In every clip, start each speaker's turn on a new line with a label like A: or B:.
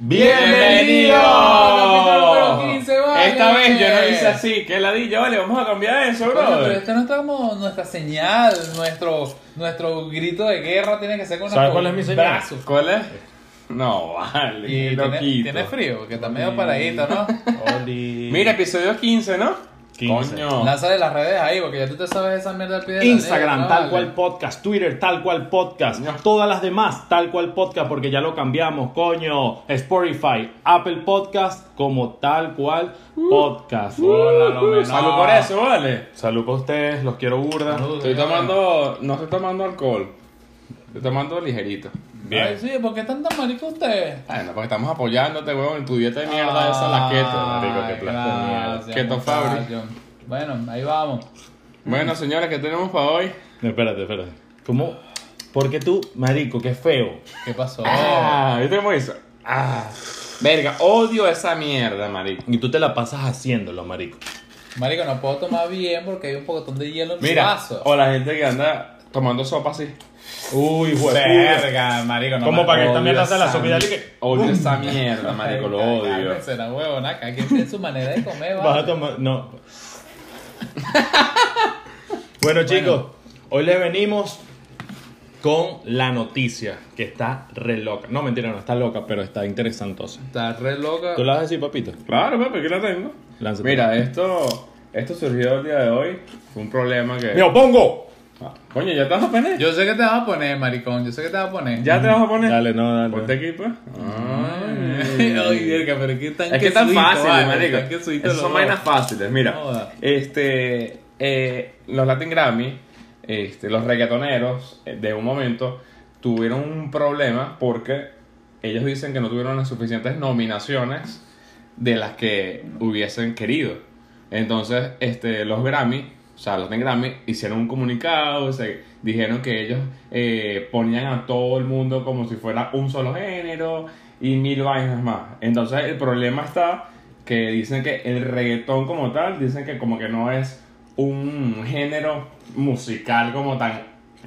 A: ¡Bienvenido!
B: Capítulo número 15, vale.
A: Esta vez yo no hice así, que ladilla, vale, vamos a cambiar eso, bro.
B: Coño, pero esto no estamos, nuestra señal, nuestro, nuestro grito de guerra tiene que ser con
C: ¿Sabes
B: nuestros
C: cuál es mi señal?
B: brazos.
A: ¿Cuál es? No, vale,
B: Y tiene,
A: loquito.
B: tiene frío, que está medio paradito, ¿no?
C: Oli.
A: Mira, episodio 15, ¿no?
C: 15.
A: Coño.
B: Lánzale las redes ahí, porque ya tú te sabes esa mierda al pie de la
C: Instagram,
B: letra,
C: tal
B: ¿no?
C: cual podcast. Twitter, tal cual podcast.
A: Coño.
C: Todas las demás, tal cual podcast, porque ya lo cambiamos, coño. Spotify, Apple Podcast, como tal cual podcast. Hola, lo menor.
A: Uh, Salud por eso, vale.
C: Salud con ustedes, los quiero burda.
B: Salud.
A: Estoy tomando, no estoy tomando alcohol. Estoy tomando ligerito.
C: Bien.
B: Ay, sí, ¿por qué están tan maricos ustedes?
A: Bueno, porque estamos apoyándote, weón, en tu dieta de mierda esa la keto, marico, qué plato de mierda.
B: Ah, gracias,
A: Keto Fabri.
B: muchacho. Bueno, ahí vamos.
A: Bueno, señores, ¿qué tenemos para hoy?
C: Espérate, espérate. ¿Cómo? Porque tú, marico, qué feo.
B: ¿Qué pasó?
A: Ah, ¿viste cómo hizo? Ah, verga, odio esa mierda, marico.
C: Y tú te la pasas haciéndolo, marico.
B: Marico, no puedo tomar bien porque hay un pocotón de hielo en mi
A: Mira,
B: vaso.
A: o la gente que anda tomando sopa así.
C: Uy, güey.
B: marico, no
C: Como
B: me-
C: para que
A: Odio
C: esta mierda se la
A: esa
C: sopida y
A: mier-
C: que.
A: Odio esa mierda, marico, lo odio.
B: Cálmense, la huevona, ah, cada quien tiene su manera de comer, ¿vale?
C: Vas a tomar. No. bueno, chicos, hoy les venimos con la noticia que está re loca. No, mentira, no está loca, pero está interesantosa.
B: Está re loca.
C: ¿Tú la vas a decir, papito?
A: Claro, papi, aquí la tengo.
C: Lánzate.
A: Mira, esto, esto surgió el día de hoy. Fue un problema que.
C: ¡Me opongo!
A: Ah, coño, ya te vas a poner.
B: Yo sé que te vas a poner, maricón. Yo sé que te vas a poner.
A: Ya te vas a poner.
C: Dale, no, dale.
A: Ponte aquí, pues.
B: Ay, ay, verga, pero qué tan
A: Es que tan
B: quesudito,
A: fácil,
B: vale,
A: marico.
B: tan quesudito
A: Esas
B: los
A: son
B: dos.
A: vainas fáciles. Mira,
B: Joda.
A: este, eh, los Latin Grammy, este, los reggaetoneros, eh, de un momento, tuvieron un problema porque ellos dicen que no tuvieron las suficientes nominaciones de las que hubiesen querido. Entonces, este, los Grammy, o sea, los Latin Grammy, hicieron un comunicado, o sea, dijeron que ellos eh, ponían a todo el mundo como si fuera un solo género y mil vainas más. Entonces, el problema está que dicen que el reggaetón como tal, dicen que como que no es un género musical como tan,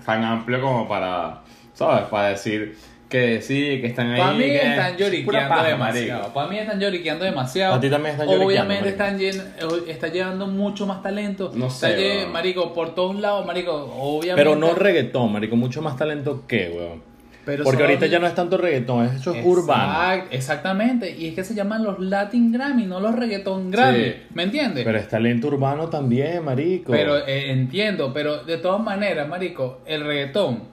A: tan amplio como para, ¿sabes? Para decir que sí, que están ahí.
B: Para mí
A: que
B: están
A: es pura
B: lloriqueando
A: paja,
B: demasiado.
A: marico.
B: Para mí están lloriqueando demasiado.
C: A ti también están
B: Obviamente están
C: lloriqueando,
B: llen- eh, está llevando mucho más talento.
A: No
B: Está
A: sé,
B: lle-
A: weón.
B: marico, por todos lados, marico. Obviamente.
C: Pero no reggaetón, marico, mucho más talento que, weón.
B: Pero
C: Porque
B: son-
C: ahorita ya no es tanto reggaetón, eso es
B: Exact-
C: urbano.
B: Exactamente. Y es que se llaman los Latin Grammy, no los reggaeton Grammy.
A: Sí.
B: ¿Me entiendes?
C: Pero es talento urbano también, marico.
B: Pero eh, entiendo, pero de todas maneras, marico, el reggaetón,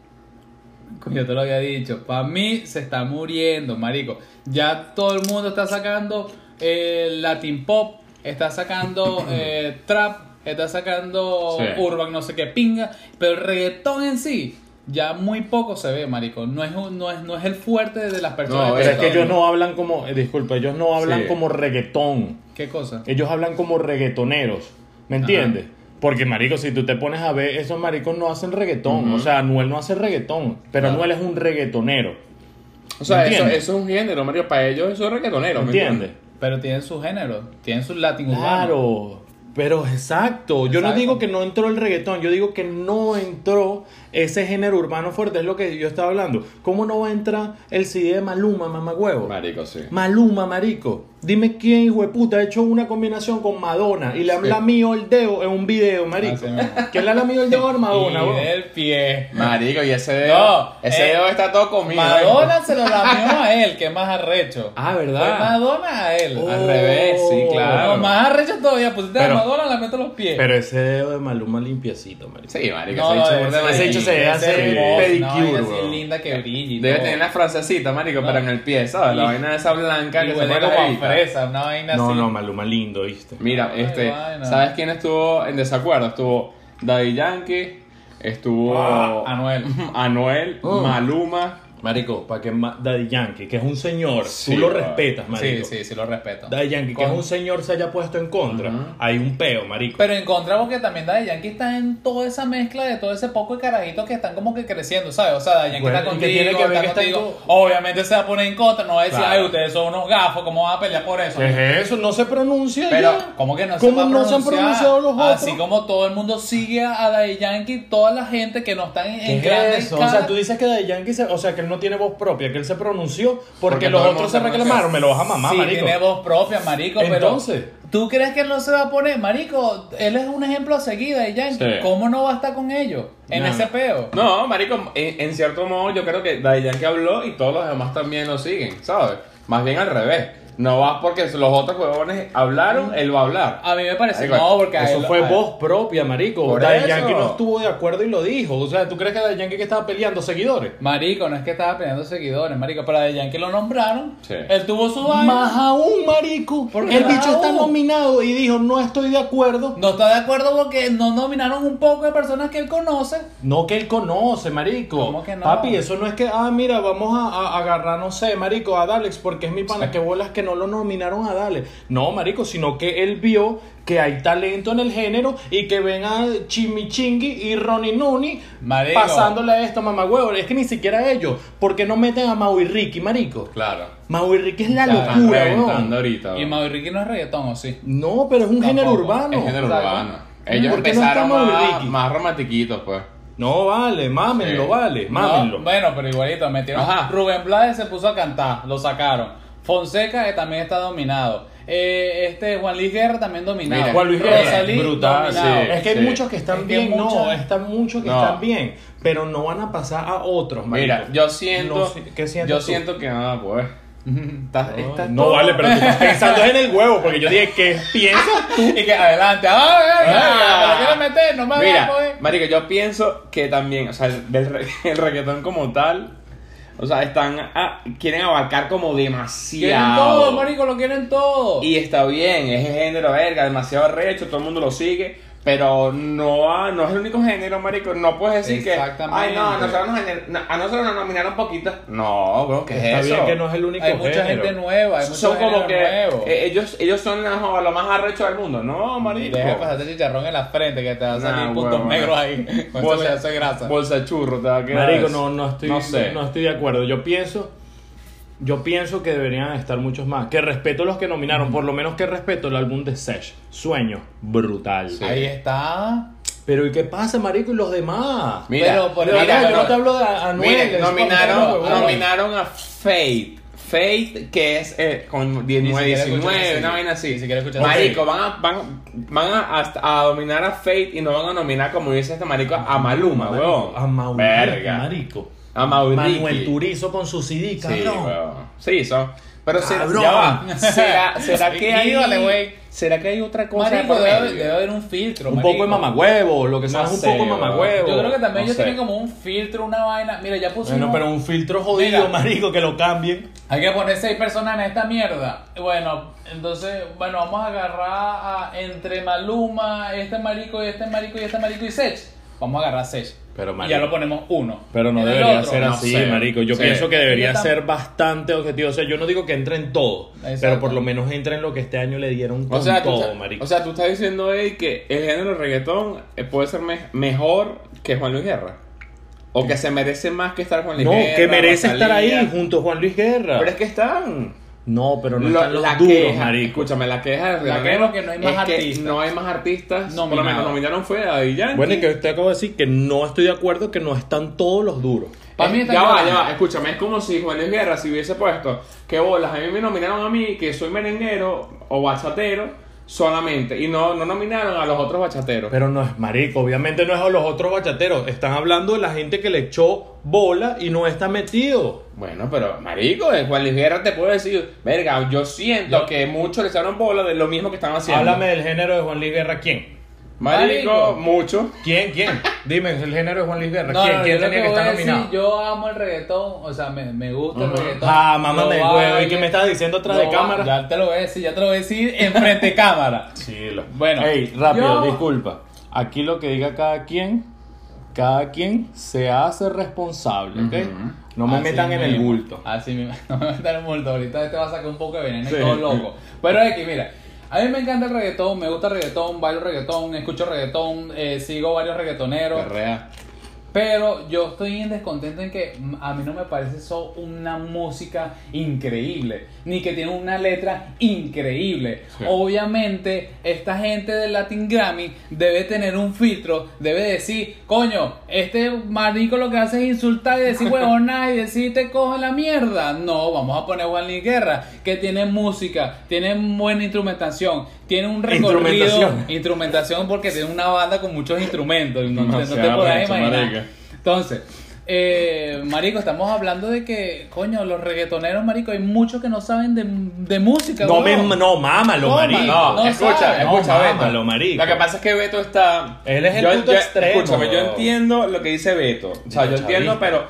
B: como yo te lo había dicho, para mí se está muriendo, marico. Ya todo el mundo está sacando eh, Latin Pop, está sacando eh, Trap, está sacando
A: Sí.
B: Urban, no sé qué pinga, pero el reggaetón en sí. Ya muy poco se ve, marico. No es, un- no es, no es el fuerte de las personas.
A: No,
B: que
C: Pero es que
B: están-
C: ellos no hablan como, eh, disculpa, ellos no hablan
A: Sí.
C: como reggaetón.
B: ¿Qué cosa?
C: Ellos hablan como reggaetoneros, ¿me entiendes? Porque, marico, si tú te pones a ver, esos maricos no hacen reggaetón.
A: Ujú.
C: O sea, Anuel no hace reggaetón, pero
B: Claro.
C: Anuel es un reggaetonero,
A: O sea, eso,
C: ¿Entiendes?
A: eso es un género, Mario. Para ellos eso es reggaetonero,
C: ¿me
A: ¿me
C: entiendes?
B: Pero tienen su género, tienen su Latin urbano.
C: Claro, pero exacto. Yo no
B: Exacto.
C: digo que no entró el reggaetón, yo digo que no entró ese género urbano fuerte, es lo que yo estaba hablando. ¿Cómo no va a entrar el CD de Maluma, mamagüevo?
A: Marico, sí.
C: Maluma, marico. Dime quién, hijo de puta, ha hecho una combinación con Madonna y le ha
A: Sí.
C: lamido el dedo en un video, marico.
B: Así mismo.
C: ¿Quién le ha lamido el dedo a Madonna,
B: y
C: weón?
B: del pie.
A: Marico, y ese dedo,
B: No,
A: ese
B: eh,
A: dedo está todo comido. ¿eh?
B: Madonna se lo lamió a él, que es más arrecho.
C: Ah, ¿verdad?
B: Fue Madonna a él.
C: Oh.
A: Al revés, sí, claro.
B: No, más arrecho todavía, pues, pusiste
C: Pero-
B: a Madonna, la meto los pies.
C: Pero ese dedo de Maluma limpiecito, marico.
A: Sí, marico,
B: No,
A: se ha
B: no,
A: dicho burda de
C: ese
A: marico.
C: hecho se debe hacer
A: pedicure,
B: pedicure. No, ella sí
A: weón.
B: es linda que brilla. y
A: Debe
B: todo.
A: tener una francesita, marico,
B: No.
A: pero en el pie, ¿sabes? La
B: Y-
A: vaina esa blanca
B: Y
A: que se
B: huele
A: pone la
B: como a
A: jevita.
B: fresa, una vaina
C: No,
B: así.
C: no, Maluma lindo, ¿viste?
A: Mira,
B: Ay,
A: este,
B: vaina.
A: ¿sabes quién estuvo en desacuerdo? Estuvo Daddy Yankee, estuvo
C: Ah,
B: Anuel.
A: Anuel,
C: Oh.
A: Maluma.
C: Marico, para que ma- Daddy Yankee, que es un señor,
A: Sí,
C: tú lo
A: weón.
C: respetas, marico.
B: Sí, sí, sí, lo respeto.
C: Daddy Yankee, que
B: Con-
C: es un señor, se haya puesto en contra.
A: Ajá.
C: Hay un peo, marico.
B: Pero encontramos que también Daddy Yankee está en toda esa mezcla de todo ese poco de carajitos que están como que creciendo, ¿sabes? O sea, Daddy Yankee
C: Bueno,
B: está
C: ¿y qué
B: contigo,
C: tiene que ver
B: está
C: que está en
B: contigo. Obviamente se va a poner en contra, no va a decir,
C: Claro.
B: ay, ustedes son unos gafos, ¿cómo van a pelear por eso?
C: ¿Qué es eso? No se pronuncia
B: Pero,
C: ya.
B: ¿cómo que no,
C: ¿Cómo
B: se, va a
C: no se han
B: pronunciar?
C: pronunciado los otros?
B: Así como todo el mundo sigue a Daddy Yankee, toda la gente que no está en,
C: ¿Qué
B: en
C: es
B: grandes
C: eso? O
B: caras-
C: sea, tú dices que Daddy Yankee, se- o sea, que él él no tiene voz propia, que él se pronunció porque,
A: Porque
C: los
A: todo el
C: otros se
A: mundo no
C: reclamaron,
A: sé.
C: me lo vas a mamar,
B: sí,
C: marico.
B: tiene voz propia, marico,
C: Entonces.
B: pero ¿tú crees que él no se va a poner? Marico, él es un ejemplo a seguir de Yankee.
A: Sí.
B: ¿Cómo no va a estar con ellos en
C: No,
B: ese
C: no.
B: peo?
A: No, marico, en, en cierto modo yo creo que Daddy Yankee habló y todos los demás también lo siguen, ¿sabes? Más bien al revés. No vas porque los otros huevones
C: Mm.
A: hablaron, él va a hablar.
B: A mí me parece
A: Marico,
B: no, porque a
C: Eso
B: él-
C: fue
B: a-
C: voz propia, marico.
A: Por
C: Daddy
A: eso.
C: Yankee no estuvo de acuerdo y lo dijo. O sea, ¿tú crees que Daddy Yankee que estaba peleando seguidores?
B: Marico, no es que estaba peleando seguidores, marico, pero de Yankee lo nombraron.
A: Sí.
B: Él tuvo su vaina.
C: Más aún, marico.
B: ¿Por qué
C: el
B: más
C: bicho está
B: aún?
C: nominado y dijo, no estoy de acuerdo.
B: No está de acuerdo porque no nominaron un poco de personas que él conoce.
C: No que él conoce, marico.
B: ¿Cómo que no?
C: Papi, eso no es que, ah, mira, vamos a, a- a agarrar, no sé, marico, a Dalex, porque es mi pana, que bolas que no lo nominaron a Dalex. No, marico, sino que él vio que hay talento en el género y que ven a Chimichingui y Ronnie Nuni
B: Marico.
C: pasándole a esto, mamá huevo. Es que ni siquiera ellos, porque no meten a Mau y Ricky, marico.
A: Claro.
C: Mau y Ricky es la
B: Claro,
A: Están
C: locura,
A: reventando
C: weón.
A: ahorita.
B: Y
A: weón.
B: Maui Ricky no es reggaetón, ¿o sí?
C: No, pero es un
B: Tampoco.
C: género urbano.
A: Es género
B: Exacto.
A: urbano. Ellos
C: ¿Por qué no
A: empezaron
C: estamos
A: más,
C: Ricky?
A: más romantiquitos, pues.
C: No vale, mámenlo,
A: Sí.
C: vale, mámenlo.
B: No, bueno, pero igualito, metieron.
A: Ajá.
B: Rubén Blades se puso a cantar, lo sacaron. Fonseca que también está dominado. Eh, este Juan Luis Guerra también dominado.
A: Mira,
C: Juan Luis Guerra,
B: Rosalí,
A: brutal,
B: dominado.
A: sí.
C: Es que hay muchos que están
B: Es que
C: bien, no,
B: mucha-
C: están muchos que
A: No.
C: están bien, pero no van a pasar a otros, marico.
A: Mira, yo siento.
C: No sé, ¿qué sientes
A: yo
C: tú?
A: siento que nada, pues. Estás- estás
C: No
A: todo-
C: vale, pero tú estás pensando en el huevo, porque yo dije, ¿qué piensas?
B: Y que adelante. ¡Ah, ya, ya, ya,
A: Ah.
B: me lo quiero meter, no me
A: Mira,
C: eh.
B: hagas, pues.
A: marico, yo pienso que también, o sea, el, del re- el reggaetón como tal, o sea, están a- quieren abarcar como
B: Quieren
A: demasiado.
B: todo, marico, lo quieren todo.
A: Y está bien, es el género verga, demasiado recho, todo el mundo lo sigue, pero no, ha- no es el único género, marico. No puedes decir que,
B: Exactamente.
A: ay, no, a nosotros nos, gener- no, a nosotros nos nominaron poquito. No, bro, ¿qué
C: Está
A: es eso?
C: bien que no es el único
B: hay mucha
C: género.
B: gente nueva, hay muchos
A: son como
B: géneros
A: que
B: nuevos.
A: eh, ellos, ellos son la- lo más arrecho del mundo. No, marico.
B: Deja pasarte chicharrón en la frente que te va a salir
A: Nah,
B: puntos
A: huevón.
B: negros ahí. Con eso
A: Bolsa-
B: ya hace grasa.
A: Bolsa churro, te va a quedar
C: Marico,
A: eso.
C: no, no estoy,
A: No sé.
C: no estoy de acuerdo. Yo pienso, yo pienso que deberían estar muchos más. Que respeto los que nominaron, por lo menos que respeto el álbum de Sesh. Sueño, brutal.
B: Ahí está.
C: Pero ¿y qué pasa, marico, y los demás?
A: Mira,
B: Pero por-
A: mira,
B: mira,
C: Acá yo
A: pero-
C: no te hablo de Anuel.
A: Miren,
C: es
A: nominaron,
C: cualquier huevón.
A: nominaron a Faith. Faith, que es eh, con 19,
B: Ni siquiera escuché
A: 19,
B: ese.
A: una vaina así.
B: Ni siquiera escuché ese.
A: marico, van, a, van, van a, hasta- a dominar a Faith y no van a nominar, como dice este marico, a Maluma,
C: Marico,
A: weón.
C: A Mauricio,
A: Verga.
C: marico.
A: A Mauricio.
C: Manuel Turizo con su CD,
A: Sí,
C: cabrón.
A: weón. Sí, son. Pero será,
C: Cabrón.
A: ya va. será, será que hay,
B: Dígale, güey.
A: será que hay otra cosa de
B: Marico,
A: por
B: debe, haber-
A: medio?
B: debe haber un filtro.
C: un
B: marico.
C: poco de mamagüevo, lo que
A: No
C: sea, es un
A: sé,
C: poco de
A: weón.
C: mamagüevo.
B: Yo creo que también
A: No
B: ellos
A: sé.
B: tienen como un filtro, una vaina. Mira, ya pusieron.
C: Bueno, pero un filtro jodido,
B: Mira.
C: marico, que lo cambien.
B: Hay que poner seis personas en esta mierda. Bueno, entonces, bueno, vamos a agarrar a, entre Maluma, este marico, y este marico, y este marico y Sech. Vamos a agarrar a Sech.
C: Pero,
B: y
C: marico.
B: ya lo ponemos uno.
C: Pero no
B: En el
C: debería
B: otro,
C: ser
B: no
C: así,
B: sé.
C: marico. Yo
A: Sí.
C: pienso que debería
B: Yo tam-
C: ser bastante objetivo. O sea, yo no digo que entre en todo,
B: Exacto.
C: pero por lo menos entre en lo que este año le dieron con
A: O sea, tú,
C: todo,
A: estás-
C: marico.
A: o sea, tú estás diciendo, Eddie, que el género reggaetón eh, puede ser me- mejor que Juan Luis Guerra. O que se merece más que estar Juan Luis
C: no,
A: Guerra.
C: que merece estar
A: Rosalía.
C: ahí junto a Juan Luis Guerra.
A: Pero es que están.
C: No, pero no
A: Lo-
C: están los
A: la
C: duros,
A: queja,
C: marico.
A: Escúchame, la queja del
B: La
A: reggaetón
B: queja es que no hay más
A: es que
B: artistas.
A: no hay más artistas. Por lo
B: Nominados.
A: menos nominaron fue a Daddy Yankee.
C: Bueno, y que usted acaba de decir que no estoy de acuerdo que no están todos los duros.
B: Para mí
A: Eh,
B: está
A: ya va,
B: claro.
A: ya va, escúchame, es como si Juan Luis Guerra si hubiese puesto que bolas, a mí me nominaron a mí, que soy merenguero o bachatero solamente, y no, no nominaron a los otros bachateros.
C: Pero no es marico, obviamente no es a los otros bachateros. Están hablando de la gente que le echó bola y no está metido.
A: Bueno, pero marico, el Juan Luis Guerra te puede decir, verga, yo siento que muchos le echaron bola de lo mismo que están haciendo.
C: Háblame del género de Juan Luis Guerra. ¿Quién?
A: Marico,
B: Marico.
A: mucho.
C: ¿Quién? ¿Quién? Dime, el género de Juan Luis Guerra.
B: No,
C: ¿Quién?
B: no,
C: ¿Quién
B: yo lo
C: tenía que,
B: voy
C: estar
B: a decir,
C: nominado?
B: Yo amo el reggaetón, o sea, me, me gusta el
C: Ujú.
B: reggaetón.
C: Ah, mamá me
B: Lo
C: huevo. ¿Y
B: bailo,
C: qué me estás diciendo atrás de
B: lo
C: cámara?
B: bailo. Ya te lo voy a decir, ya te lo voy a decir enfrente de cámara.
C: Sí, lo...
B: Bueno,
C: Ey, rápido,
B: yo-
C: disculpa. Aquí lo que diga cada quien, cada quien se hace responsable, ¿ok?
A: Ujú.
C: No me
B: Así
C: metan en el
B: mismo,
C: bulto.
B: Así mismo, no me metan en el bulto. Ahorita te va a sacar un poco de veneno
C: Sí.
B: y todo loco. Pero es que, mira, a mí me encanta el reggaetón, me gusta el reggaetón, bailo reggaetón, escucho reggaetón, eh, sigo varios reggaetoneros.
A: Perrea.
B: Pero yo estoy en descontento en que mm, a mí no me parece eso una música increíble, ni que tiene una letra increíble.
A: Sí.
B: Obviamente, esta gente del Latin Grammy debe tener un filtro, debe decir, coño, este marico lo que hace es insultar y decir huevona y decir te cojo la mierda. No, vamos a poner Juan Luis Guerra, que tiene música, tiene buena instrumentación, tiene un recorrido.
C: Instrumentación.
B: Instrumentación porque tiene una banda con muchos instrumentos. No, no te
A: Demasiado
B: podrás
A: arrecho,
B: imaginar.
A: marica.
B: Entonces, eh, marico, estamos hablando de que, coño, los reggaetoneros, marico, hay muchos que no saben de, de música.
C: No, me,
B: huevón.
C: no, mámalo,
B: No,
C: marico.
A: No,
B: No
A: escucha,
B: sabe.
A: escucha,
C: No,
A: Beto.
C: mámalo, marico.
A: Lo que pasa es que Beto está.
C: Él es el punto extremo,
A: Escúchame, yo
C: bro.
A: entiendo lo que dice Beto. O sea, yo
C: Digo,
A: entiendo, pero.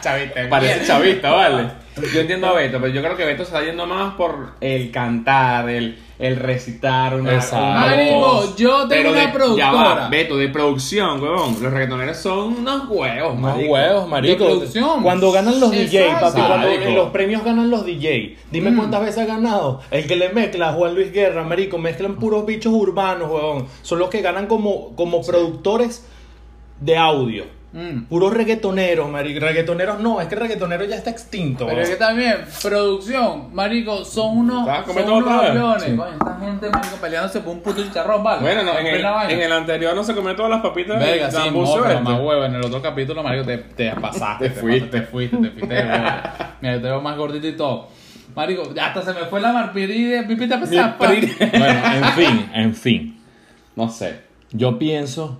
B: Chavita,
A: Parece chavista, ¿vale? Yo entiendo a Beto, pero yo creo que Beto se está yendo más por el cantar, el, el recitar, una.
C: Exacto.
A: una
B: Marico,
A: voz.
B: yo tengo
A: Pero
B: una
A: de-
B: productora.
A: Ya va, Beto, de producción, huevón. Los reggaetoneros son unos huevos,
C: Más
A: marico.
C: Ah, huevos, marico.
B: De producción.
C: Cuando ganan los
B: Exacto. Mm.
C: DJ, papi, cuando
A: Marico.
C: en los premios ganan los DJ. Dime cuántas veces ha ganado. El que le mezcla, Juan Luis Guerra, marico, mezclan puros bichos urbanos, huevón. Son los que ganan como, como productores de audio.
B: Mm.
C: Puros reggaetoneros, marico. Reggaetoneros no, es que el reggaetonero ya está extinto.
B: Pero es que
C: huevón.
B: también, producción, marico, son unos,
A: ¿Estás
B: son
A: comiendo
B: unos
A: otra vez?
B: aviones.
A: Sí.
B: Coño, esta gente, marico, peleándose por un puto chicharrón, ¿vale?
A: Bueno, no,
B: Es
A: en el,
B: plena vaina.
A: en el anterior no se comió todas las papitas
B: Verga, sí,
A: puso
B: moco,
A: este.
B: mamá huevo. En el otro capítulo, marico, te, te pasaste.
A: Ah, Te fuiste.
B: Te fuiste, te fuiste. de huevo. Mira, yo te veo más gordito y todo. Marico, hasta se me fue la marpiride, pipita pesada.
C: Bueno, en fin, en fin.
A: No sé.
C: Yo pienso